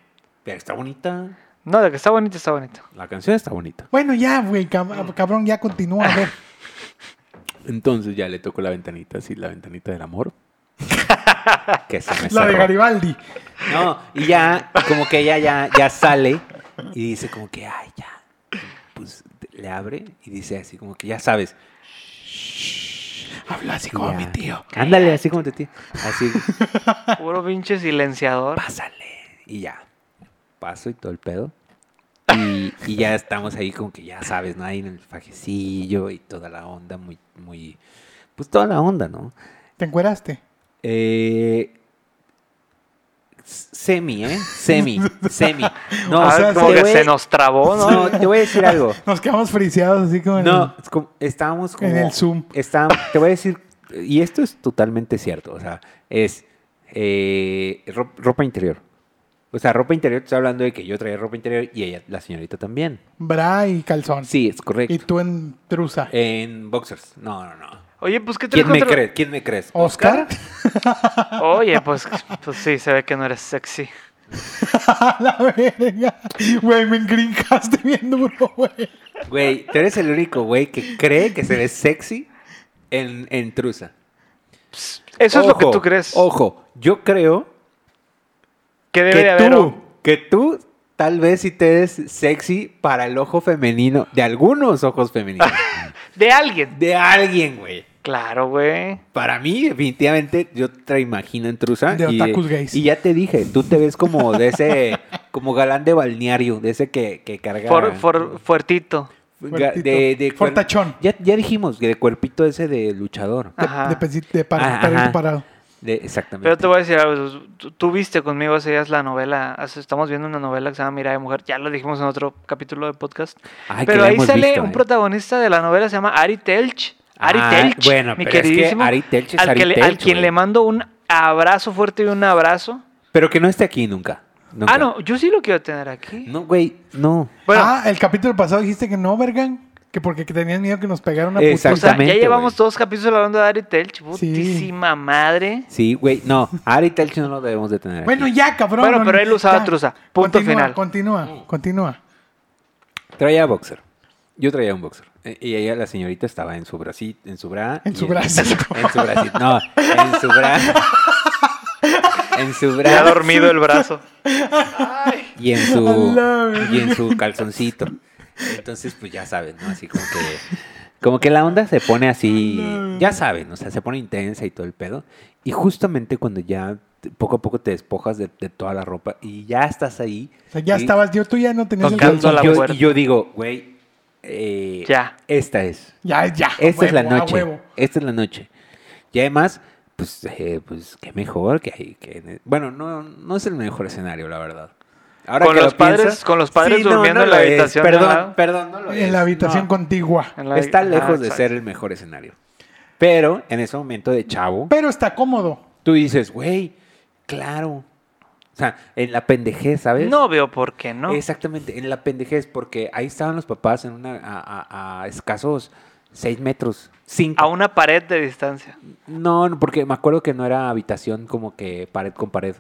pero está bonita. No, de que está bonito, está bonito. La canción está bonita. Bueno, ya, güey, Mm. cab- cabrón, ya continúa. A ver. Entonces ya le tocó la ventanita, sí, la ventanita del amor. que se me La de cerró. Garibaldi. No, y ya, como que ella ya, ya sale y dice como que, ay, ya. Pues le abre y dice así como que, ya sabes. Habla así como ya. mi tío. Ándale, así como te tío. Así, Puro pinche silenciador. pásale. Y ya. Paso y todo el pedo. Y, y ya estamos ahí como que, ya sabes, ¿no? Ahí en el fajecillo y toda la onda, muy, muy... Pues toda la onda, ¿no? ¿Te encueraste? Eh, semi, ¿eh? Semi, semi. No, Ah, o sea, como te que voy- se nos trabó, ¿no? No, te voy a decir algo. Nos quedamos friseados así como en No, es como- estábamos como... En el Zoom. estábamos- te voy a decir, y esto es totalmente cierto, o sea, es eh, ro- ropa interior. O sea, ropa interior, te estoy hablando de que yo traía ropa interior y ella, la señorita también. bra y calzón. Sí, Eh, es correcto. Y tú en trusa. En boxers. No, no, no. Oye, pues ¿qué te ¿Quién me crees? ¿Quién me crees? Oh. ¿Oscar? Oye, pues, pues sí, se ve que no eres sexy. A la verga. Güey, me engrincaste bien duro, güey. Güey, tú eres el único güey que cree que se ve sexy en, en trusa. Eso es lo que Ojo, tú crees. Ojo, yo creo que debe de que haber. tú, un- que tú tal vez sí te ves sexy para el ojo femenino, de algunos ojos femeninos, De alguien. de alguien, güey. Claro, güey. Para mí, definitivamente, yo te imagino en trusa. De y, otakus gays. Y ya te dije, tú te ves como de ese, como galán de balneario, de ese que, que carga. For- for- fuertito. ga- de, de cuer- Fortachón. Ya, ya dijimos, de cuerpito ese de luchador. Ajá. De, pesi- de par- Ajá, paredes ajá. parado. De- exactamente. Ah. Pero te voy a decir algo. pues, Tú, tú viste conmigo hace días la novela. hace- Estamos viendo una novela que se llama Mirada de Mujer. Ya lo dijimos en otro capítulo de podcast. Ay, que pero la ahí hemos sale visto, un ¿eh? protagonista de la novela. Se llama Ari Telch. Ari Ah, Telch. bueno, mi pero es que queridísimo. Ari Telch es al, Ari que le- al Telch, quien güey. le mando un abrazo fuerte y un abrazo. Pero que no esté aquí nunca. nunca. Ah, no. Yo sí lo quiero tener aquí. No, güey, no. Bueno, ah, el capítulo pasado dijiste que no, vergan. Que porque que tenías miedo que nos pegara una o sea, Exacto. puta. ya exactamente, llevamos güey. todos capítulos hablando de Ari Telch. Putísima madre. Sí, güey, no. Ari Telch no lo debemos de tener. aquí. Bueno, ya, cabrón. Bueno, no, pero él usaba ya. trusa. Punto Continúa, final. Continúa, continúa. Traía boxer. Yo traía un boxer. E- Y ella, la señorita, estaba en su bracito, en su bra. En y su bracito. En su bracito. No, en su bra. En su Ya bra. ha dormido el brazo. Y en A su, la y en su calzoncito. Entonces, pues ya saben, ¿no? Así como que. Como que la onda se pone así. Ya saben, o sea, se pone intensa y todo el pedo. Y justamente cuando ya te- poco a poco te despojas de, de toda la ropa y ya estás ahí. O sea, ya y- estabas, yo tú ya no tenías el Tocando calzón. la- yo, puerta. y yo digo, güey, eh, Ya. esta es. Ya, ya. Esta es la huevo, a noche. huevo. Esta es la noche. Y además, pues, eh, pues qué mejor que hay. Que... Bueno, no, no es el mejor escenario, la verdad. Ahora Con que los lo padres- piensas- con los padres no, durmiendo no en la lo es. habitación de al Perdón, lado. perdón, no lo es. En la habitación No. contigua. En la- Está Ah, lejos de exacto. ser el mejor escenario. Pero en ese momento de chavo, Pero está cómodo. tú dices, güey, claro. O sea, en la pendejez, ¿sabes? No veo por qué no. Exactamente, en la pendejez, porque ahí estaban los papás en una, a, a- a escasos 6 metros, 5. A una pared de distancia. No, no, porque me acuerdo que no era habitación como que pared con pared.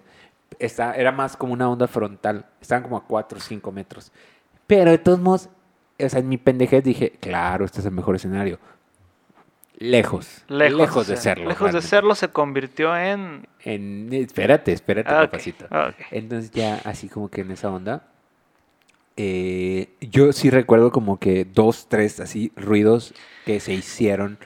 Está, era más como una onda frontal. Estaban como a 4 o 5 metros. Pero de todos modos, o sea, en mi pendejez dije, claro, este es el mejor escenario. Lejos. Lejos, Lejos, de o sea, serlo. Lejos de realmente. serlo se convirtió en. En- espérate, espérate, Ah, ok, papacito. ok. Entonces ya así como que en esa onda. eh, yo sí recuerdo como que dos, tres así ruidos que se hicieron.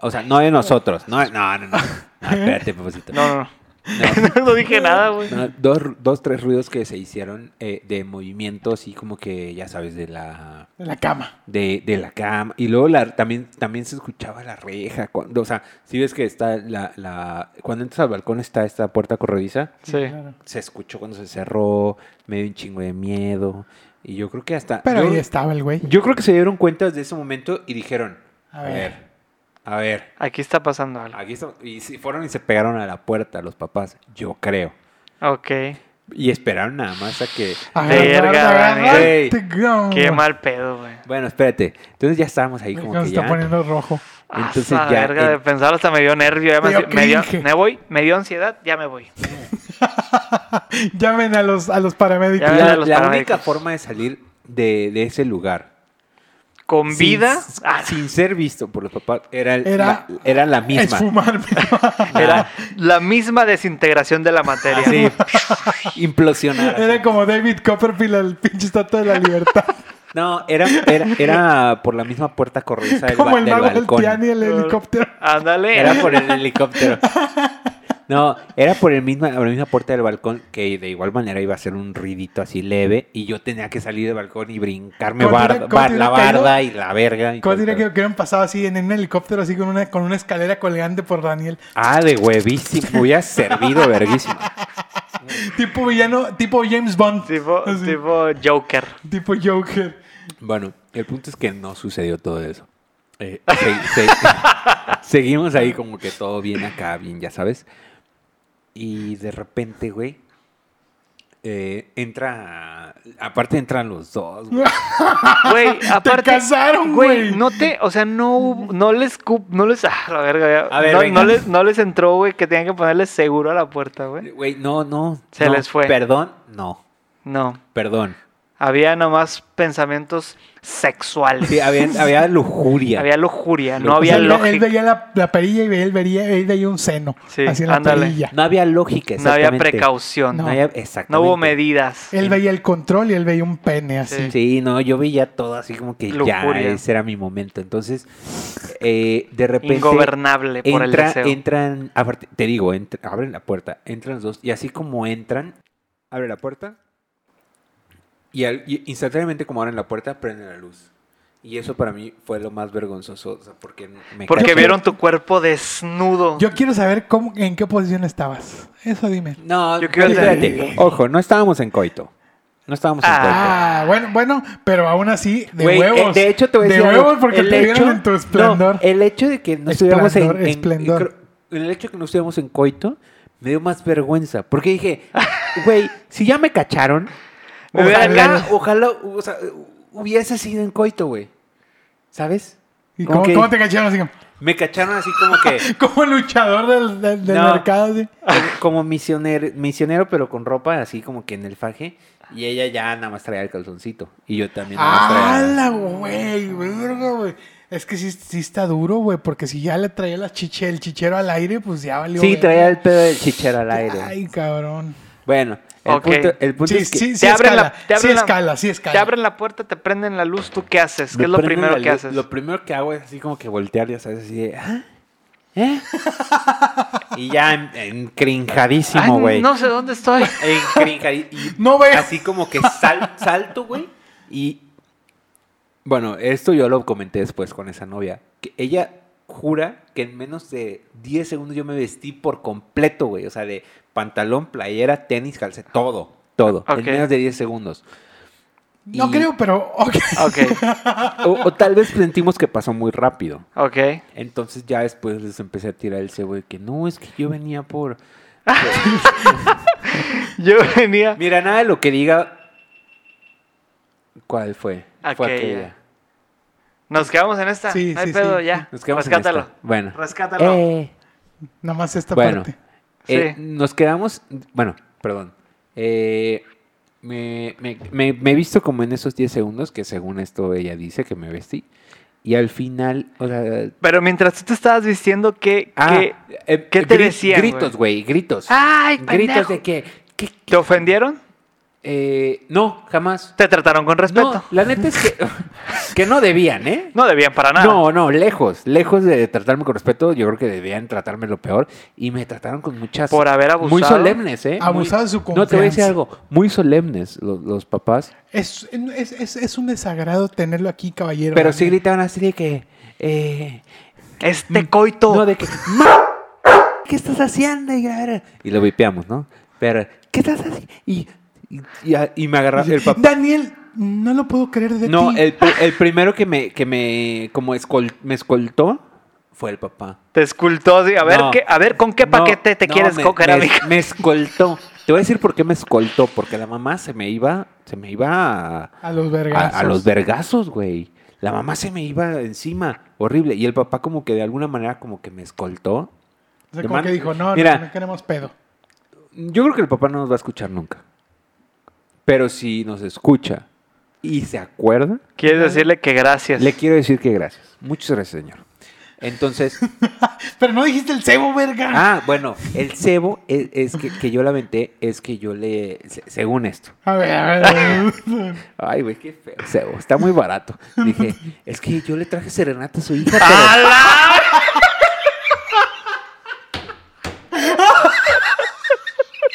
O sea, no de nosotros. No, no, no. no. No, Ah, espérate, papacito. No, no, no. No, dije nada, güey. No, dos, dos, tres ruidos que se hicieron eh, de movimiento, así como que, ya sabes, de la En la cama. de, de la cama. Y luego la- también, también se escuchaba la reja. Cuando, o sea, si ves que está la, la- Cuando entras al balcón está esta puerta corrediza. Sí. Claro. Se escuchó cuando se cerró. Me dio un chingo de miedo. Y yo creo que hasta... Pero ahí yo, estaba el güey. yo creo que se dieron cuenta de ese momento y dijeron... A A ver. ver, a ver. Aquí está pasando algo. Aquí está- Y si fueron y se pegaron a la puerta los papás. Yo creo. Ok. Y esperaron nada más a que... Ah. Verga, Daniel. te go. Qué mal pedo, güey. Bueno, espérate. Entonces ya estábamos ahí Verga, como me que está ya... poniendo rojo. Ah, Entonces esa ya verga, en- de pensar hasta me dio nervio. ya Me Me, dio me dio- cringe. me voy, me dio ansiedad, ya me voy. Llamen a los, a los paramédicos. Ya- La, los la única paramédicos. forma de salir de, de ese lugar Con sin- vida, sin, ah, ser visto por los papás era, el- Era- la, era la misma. Exfumarme. era la misma desintegración de la materia. Así, implosionar. así. Era como David Copperfield, el pinche estatua de la libertad. No, era, era, era por la misma puerta corrediza del, como ba- el del mago del balcón. piano y el helicóptero. Ándale. Era por el helicóptero. No, era por, el misma, por la misma puerta del balcón que de igual manera iba a ser un ruidito así leve y yo tenía que salir del balcón y brincarme ¿Cómo barda- dirá- cómo bar- dirá la que no? barda y la verga. y todo ¿Cómo el diría que pedo. lo hubieran pasado así en, en un helicóptero, así con una, con una escalera colgante por Daniel? Ah, de huevísimo. Me hubiera servido verguísimo. Tipo villano, tipo James Bond. Tipo, Así, tipo Joker. tipo Joker. Bueno, el punto es que no sucedió todo eso. Eh, se- se- seguimos ahí como que todo bien acá, bien, ya sabes. Y de repente, güey, eh, entra... Aparte entran los dos, güey. Güey, aparte. casaron, güey. No te, o sea, no, hubo- no les, cup- no les, ah, la verga, ya. A ver, no, venga. no les, no les entró, güey, que tenían que ponerle seguro a la puerta, güey. Güey, no, no. Se no, les fue. Perdón, no. No, Perdón. había nomás pensamientos sexuales. Sí, había, había lujuria. Había lujuria, no O había sea, él, él lógica. veía la, la perilla y veía, él, veía, él veía un seno. Sí, así en la ándale. perilla. No había lógica, No había exactamente. precaución. No, No, había, exactamente. hubo medidas. Él veía el control y él veía un pene así. Sí, no, yo veía todo así como que ya, Lujuria. ese era mi momento. Entonces, eh, de repente... Ingobernable por el entra- deseo. entran, aparte, te digo, entra- abren la puerta, entran los dos, y así como entran, abre la puerta, y, al- y instantáneamente como abren la puerta, prenden la luz. Y eso para mí fue lo más vergonzoso, o sea, porque me Porque cagué. vieron tu cuerpo desnudo. Yo quiero saber cómo, en qué posición estabas. Eso dime. No, Yo quiero espérate, entender. ojo, no estábamos en coito. No estábamos en coito. Ah, bueno, bueno, pero aún así, de Güey, eh, huevos. de hecho, te voy a De decir huevos algo. porque El te hecho- vieron en tu no, eh, esplendor. el hecho de que no estuviéramos en, Esplendor, en- esplendor. creo- El hecho de que no estuviéramos en coito me dio más vergüenza. Porque dije, güey, si ya me cacharon, Me hubiera ojalá, cachado. ojalá o sea, hubiese sido en coito, güey. ¿Sabes? ¿Y como cómo, que- cómo te cacharon? Así como, Me cacharon así como que, como luchador del, del, del No. mercado. así. como misionero, misionero, pero con ropa así como que en el faje. Y ella ya nada más traía el calzoncito. Y yo también nada más traía. ¡Hala, güey! verga, güey! Es que sí, sí está duro, güey, porque si ya le traía la chiche, el chichero al aire, pues ya valió. Sí, verga. traía el pedo del chichero al aire. Ay, cabrón. Bueno, el Ok. punto, el punto Sí, es que sí, sí te abren escala. la, te abren sí la- escala, sí escala. Te abren la puerta, te prenden la luz, ¿tú qué haces? ¿Qué me es lo prenden primero la que luz, haces? Lo primero que hago es así como que voltear, ya sabes, así de... ¿Ah? ¿Eh? y ya en- Ay, encrinjadísimo, güey. no sé dónde estoy. Encrinjadi- y No veo. Así como que sal- salto, güey. Y... Bueno, esto yo lo comenté después con esa novia. Que ella jura que en menos de 10 segundos yo me vestí por completo, güey. O sea, de pantalón, playera, tenis, calce, todo. Todo. Ok. En menos de 10 segundos. No Y- creo, pero. ok. Ok, O, o tal vez sentimos que pasó muy rápido. ok. Entonces ya después les empecé a tirar el cebo de que no, es que yo venía por... Yo venía. Mira, nada de lo que diga... ¿Cuál fue? Fue Aquella. Nos quedamos en esta. Sí, no hay sí, pedo, sí. ya. Nos quedamos en Rescátalo. esta. Bueno. Rescátalo. Eh, Nomás esta bueno. parte. eh, Sí. Nos quedamos... Bueno, perdón. Eh, me, me- me- me he visto como en esos 10 segundos que según esto ella dice que me vestí. Y al final, o sea... Pero mientras tú te estabas diciendo que. ah, que- eh, qué te gri- decían, Gritos, güey, gritos. ¡Ay, gritos pendejo! de que... ¿qué- ¿Te ofendieron? Eh, no, jamás. Te trataron con respeto. No, No, la neta es que, que no debían, ¿eh? debían para nada. No, no, lejos, lejos de tratarme con respeto, yo creo que debían tratarme lo peor y me trataron con muchas... Por haber abusado. Muy solemnes, ¿eh? Muy- Abusado de su No, te voy a decir confianza. algo, muy solemnes los, los papás, Es, es, es- es un desagrado tenerlo aquí, caballero. pero sí gritaban así de que... eh, Este coito. no, de que... "Ma, ¿Qué estás haciendo? Y, la verga. Y lo vipeamos, ¿no? Pero, ¿qué estás haciendo? Y, y- y a- y me agarraba el papá. Daniel, no lo puedo creer de No, ti. el, pri- el primero que me, que me, como escol- me escoltó fue el papá. Te escultó. así, A ver, No. qué, a ver ¿con qué No, paquete te no, quieres me- coger, me, amiga? me escoltó. Te voy a decir por qué me escoltó. Porque la mamá se me iba, se me iba a, A los a- vergas. a los vergazos, güey. La mamá se me iba encima, horrible. Y el papá como que de alguna manera como que me escoltó. O sea, de como man- que dijo, no, no, Mira. no queremos pedo. Yo creo que el papá no nos va a escuchar nunca. Pero si nos escucha y se acuerda, Quieres decirle que gracias. le quiero decir que gracias. Muchas gracias, señor. Entonces, Pero no dijiste el cebo, verga. ah, bueno, el cebo es, es que, que yo lamenté, es que yo le, se- según esto, A ver, a ver. a ver. Ay, güey, qué feo. Sebo, está muy barato. Dije, es que yo le traje serenata a su hija. pero- Ah. ¡Ala!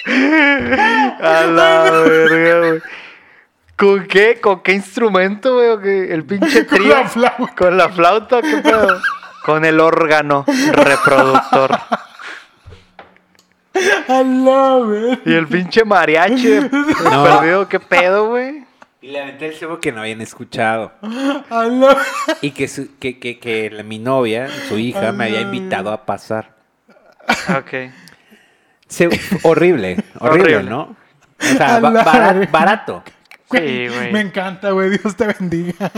A la verga, güey. ¿Con qué? ¿Con qué instrumento, güey? ¿O qué? ¿El pinche Con trío? la flauta. ¿Con la flauta? ¿Qué pedo? Con el órgano reproductor. A la ver. Y el pinche mariachi de- de No. perdido. ¿Qué pedo, güey? Y le aventé el cebo que no habían escuchado. A la- Y que, su- que, que, que la- mi novia, su hija, me había invitado a pasar. Ok. Se- horrible, horrible, Horrible. ¿no? O sea, A ba- la bara- verga. barato. Sí, güey. Me encanta, güey. Dios te bendiga.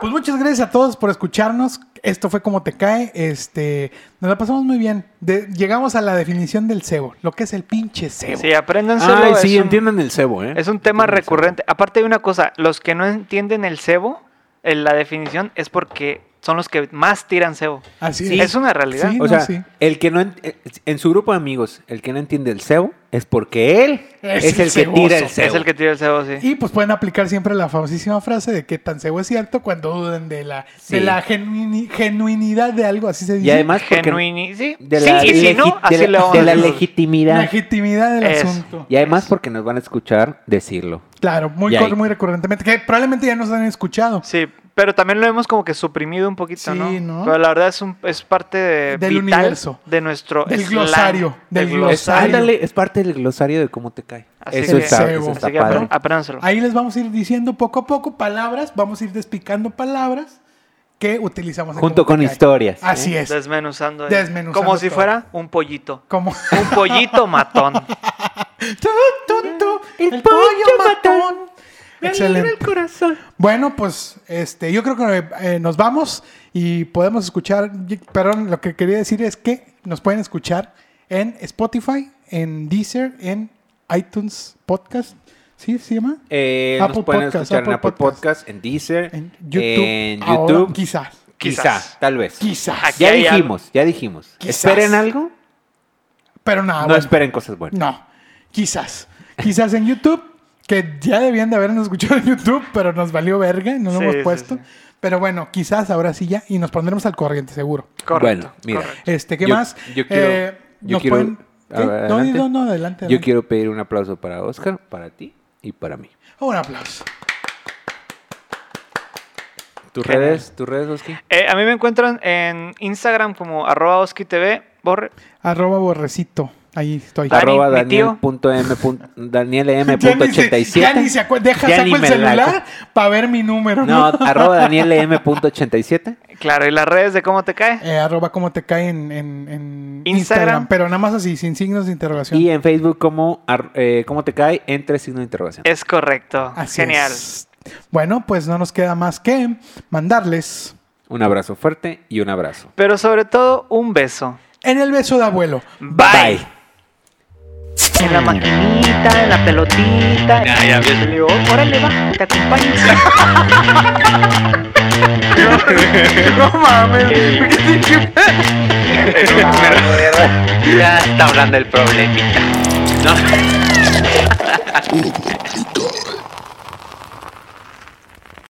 Pues muchas gracias a todos por escucharnos. Esto fue como te cae. Este, nos la pasamos muy bien. De- llegamos a la definición del cebo, lo que es el pinche cebo. Sí, apréndanselo. Ay, es sí, un- entienden el cebo, ¿eh? Es un tema Entiendan el cebo. recurrente. Aparte de una cosa, los que no entienden el cebo, eh, la definición es porque son los que más tiran cebo. Así Sí. Es una realidad. Sí. O No, sea, el que no ent- eh, en su grupo de amigos, el que no entiende el cebo es porque él Es es, el el, que tira el ceboso. cebo. Es el que tira el cebo, sí. Y pues pueden aplicar siempre la famosísima frase de que tan cebo es cierto cuando duden de la, de Sí. la genuini- genuinidad de algo, así se dice. Y además porque Genuini, sí. de Sí, la y si legi- no, así de le la, vamos de a la decir. legitimidad. legitimidad del Eso. asunto. Y además porque nos van a escuchar decirlo. Claro, muy, Y ahí- cor- muy recurrentemente, que probablemente ya nos han escuchado. Sí, pero también lo hemos como que suprimido un poquito, Sí, ¿no? ¿no? Pero la verdad es, un, es parte de- Del vital universo. de nuestro Del slang, glosario, del glosario. Ándale, es parte del glosario de cómo te cae. Así eso que- está, Cebo. eso está Así que padre. apre- apréndanselo. Ahí les vamos a ir diciendo poco a poco palabras, vamos a ir despicando palabras que utilizamos en Junto Cómo con te cae. historias. ¿eh? Así es. Desmenuzando. ahí. Desmenuzando Como si todo. fuera un pollito. Como Un pollito matón. Tu, tu, tu, el, pollo matón. Excelente. Bueno, pues este, yo creo que eh, nos vamos y podemos escuchar. y- Perdón, lo que quería decir es que nos pueden escuchar en Spotify, en Deezer, en iTunes Podcast. ¿Sí se llama? Eh, Apple nos pueden Podcast, escuchar en Apple Apple Podcast, en Deezer, En en YouTube. YouTube, Ahora, quizás. quizá, Quizás. tal vez. Quizás. Aquí Ya hay algo. dijimos, ya dijimos. Quizás. Esperen algo, Pero nada, no Ah, bueno. esperen cosas buenas. No, quizás. Quizás en YouTube, que ya debían de habernos escuchado en YouTube, pero nos valió verga, y no lo Sí, hemos sí, puesto. sí. Pero bueno, quizás ahora sí ya, y nos pondremos al corriente, seguro. Correcto. bueno, mira, correcto. Este, ¿qué Yo- más? Eh, yo quiero- yo nos quiero- pueden- ¿qué? a ver, No, adelante. no, no, adelante. yo adelante. quiero pedir un aplauso para Oscar, para ti y para mí. Un aplauso. ¿Tus Genial. redes, tus redes, Oscar? Eh, a mí me encuentran en Instagram como arroba oskitv, borre. Arroba borrecito. Ahí estoy. Dani, arroba mi tío. Ya ni se- Ya ni se danielm.danielm.87 acuerda. Deja, Ya saco ni el me la celular acu- para ver mi número. No, No. arroba danielm.87 Claro, y las redes de cómo te cae. Eh, arroba como te cae en, en- en Instagram. Instagram. Pero nada más así, sin signos de interrogación. y en Facebook como ar- eh, ¿Cómo te cae? Entre signo de interrogación. Es correcto. Así Genial. es. Bueno, pues no nos queda más que mandarles Un abrazo fuerte y un abrazo. Pero sobre todo, un beso. en el beso de abuelo. Bye. En la maquinita, en la pelotita. Ya, ya, bien. Le digo, órale, va, te acompaño. Ya está hablando el problemita. No.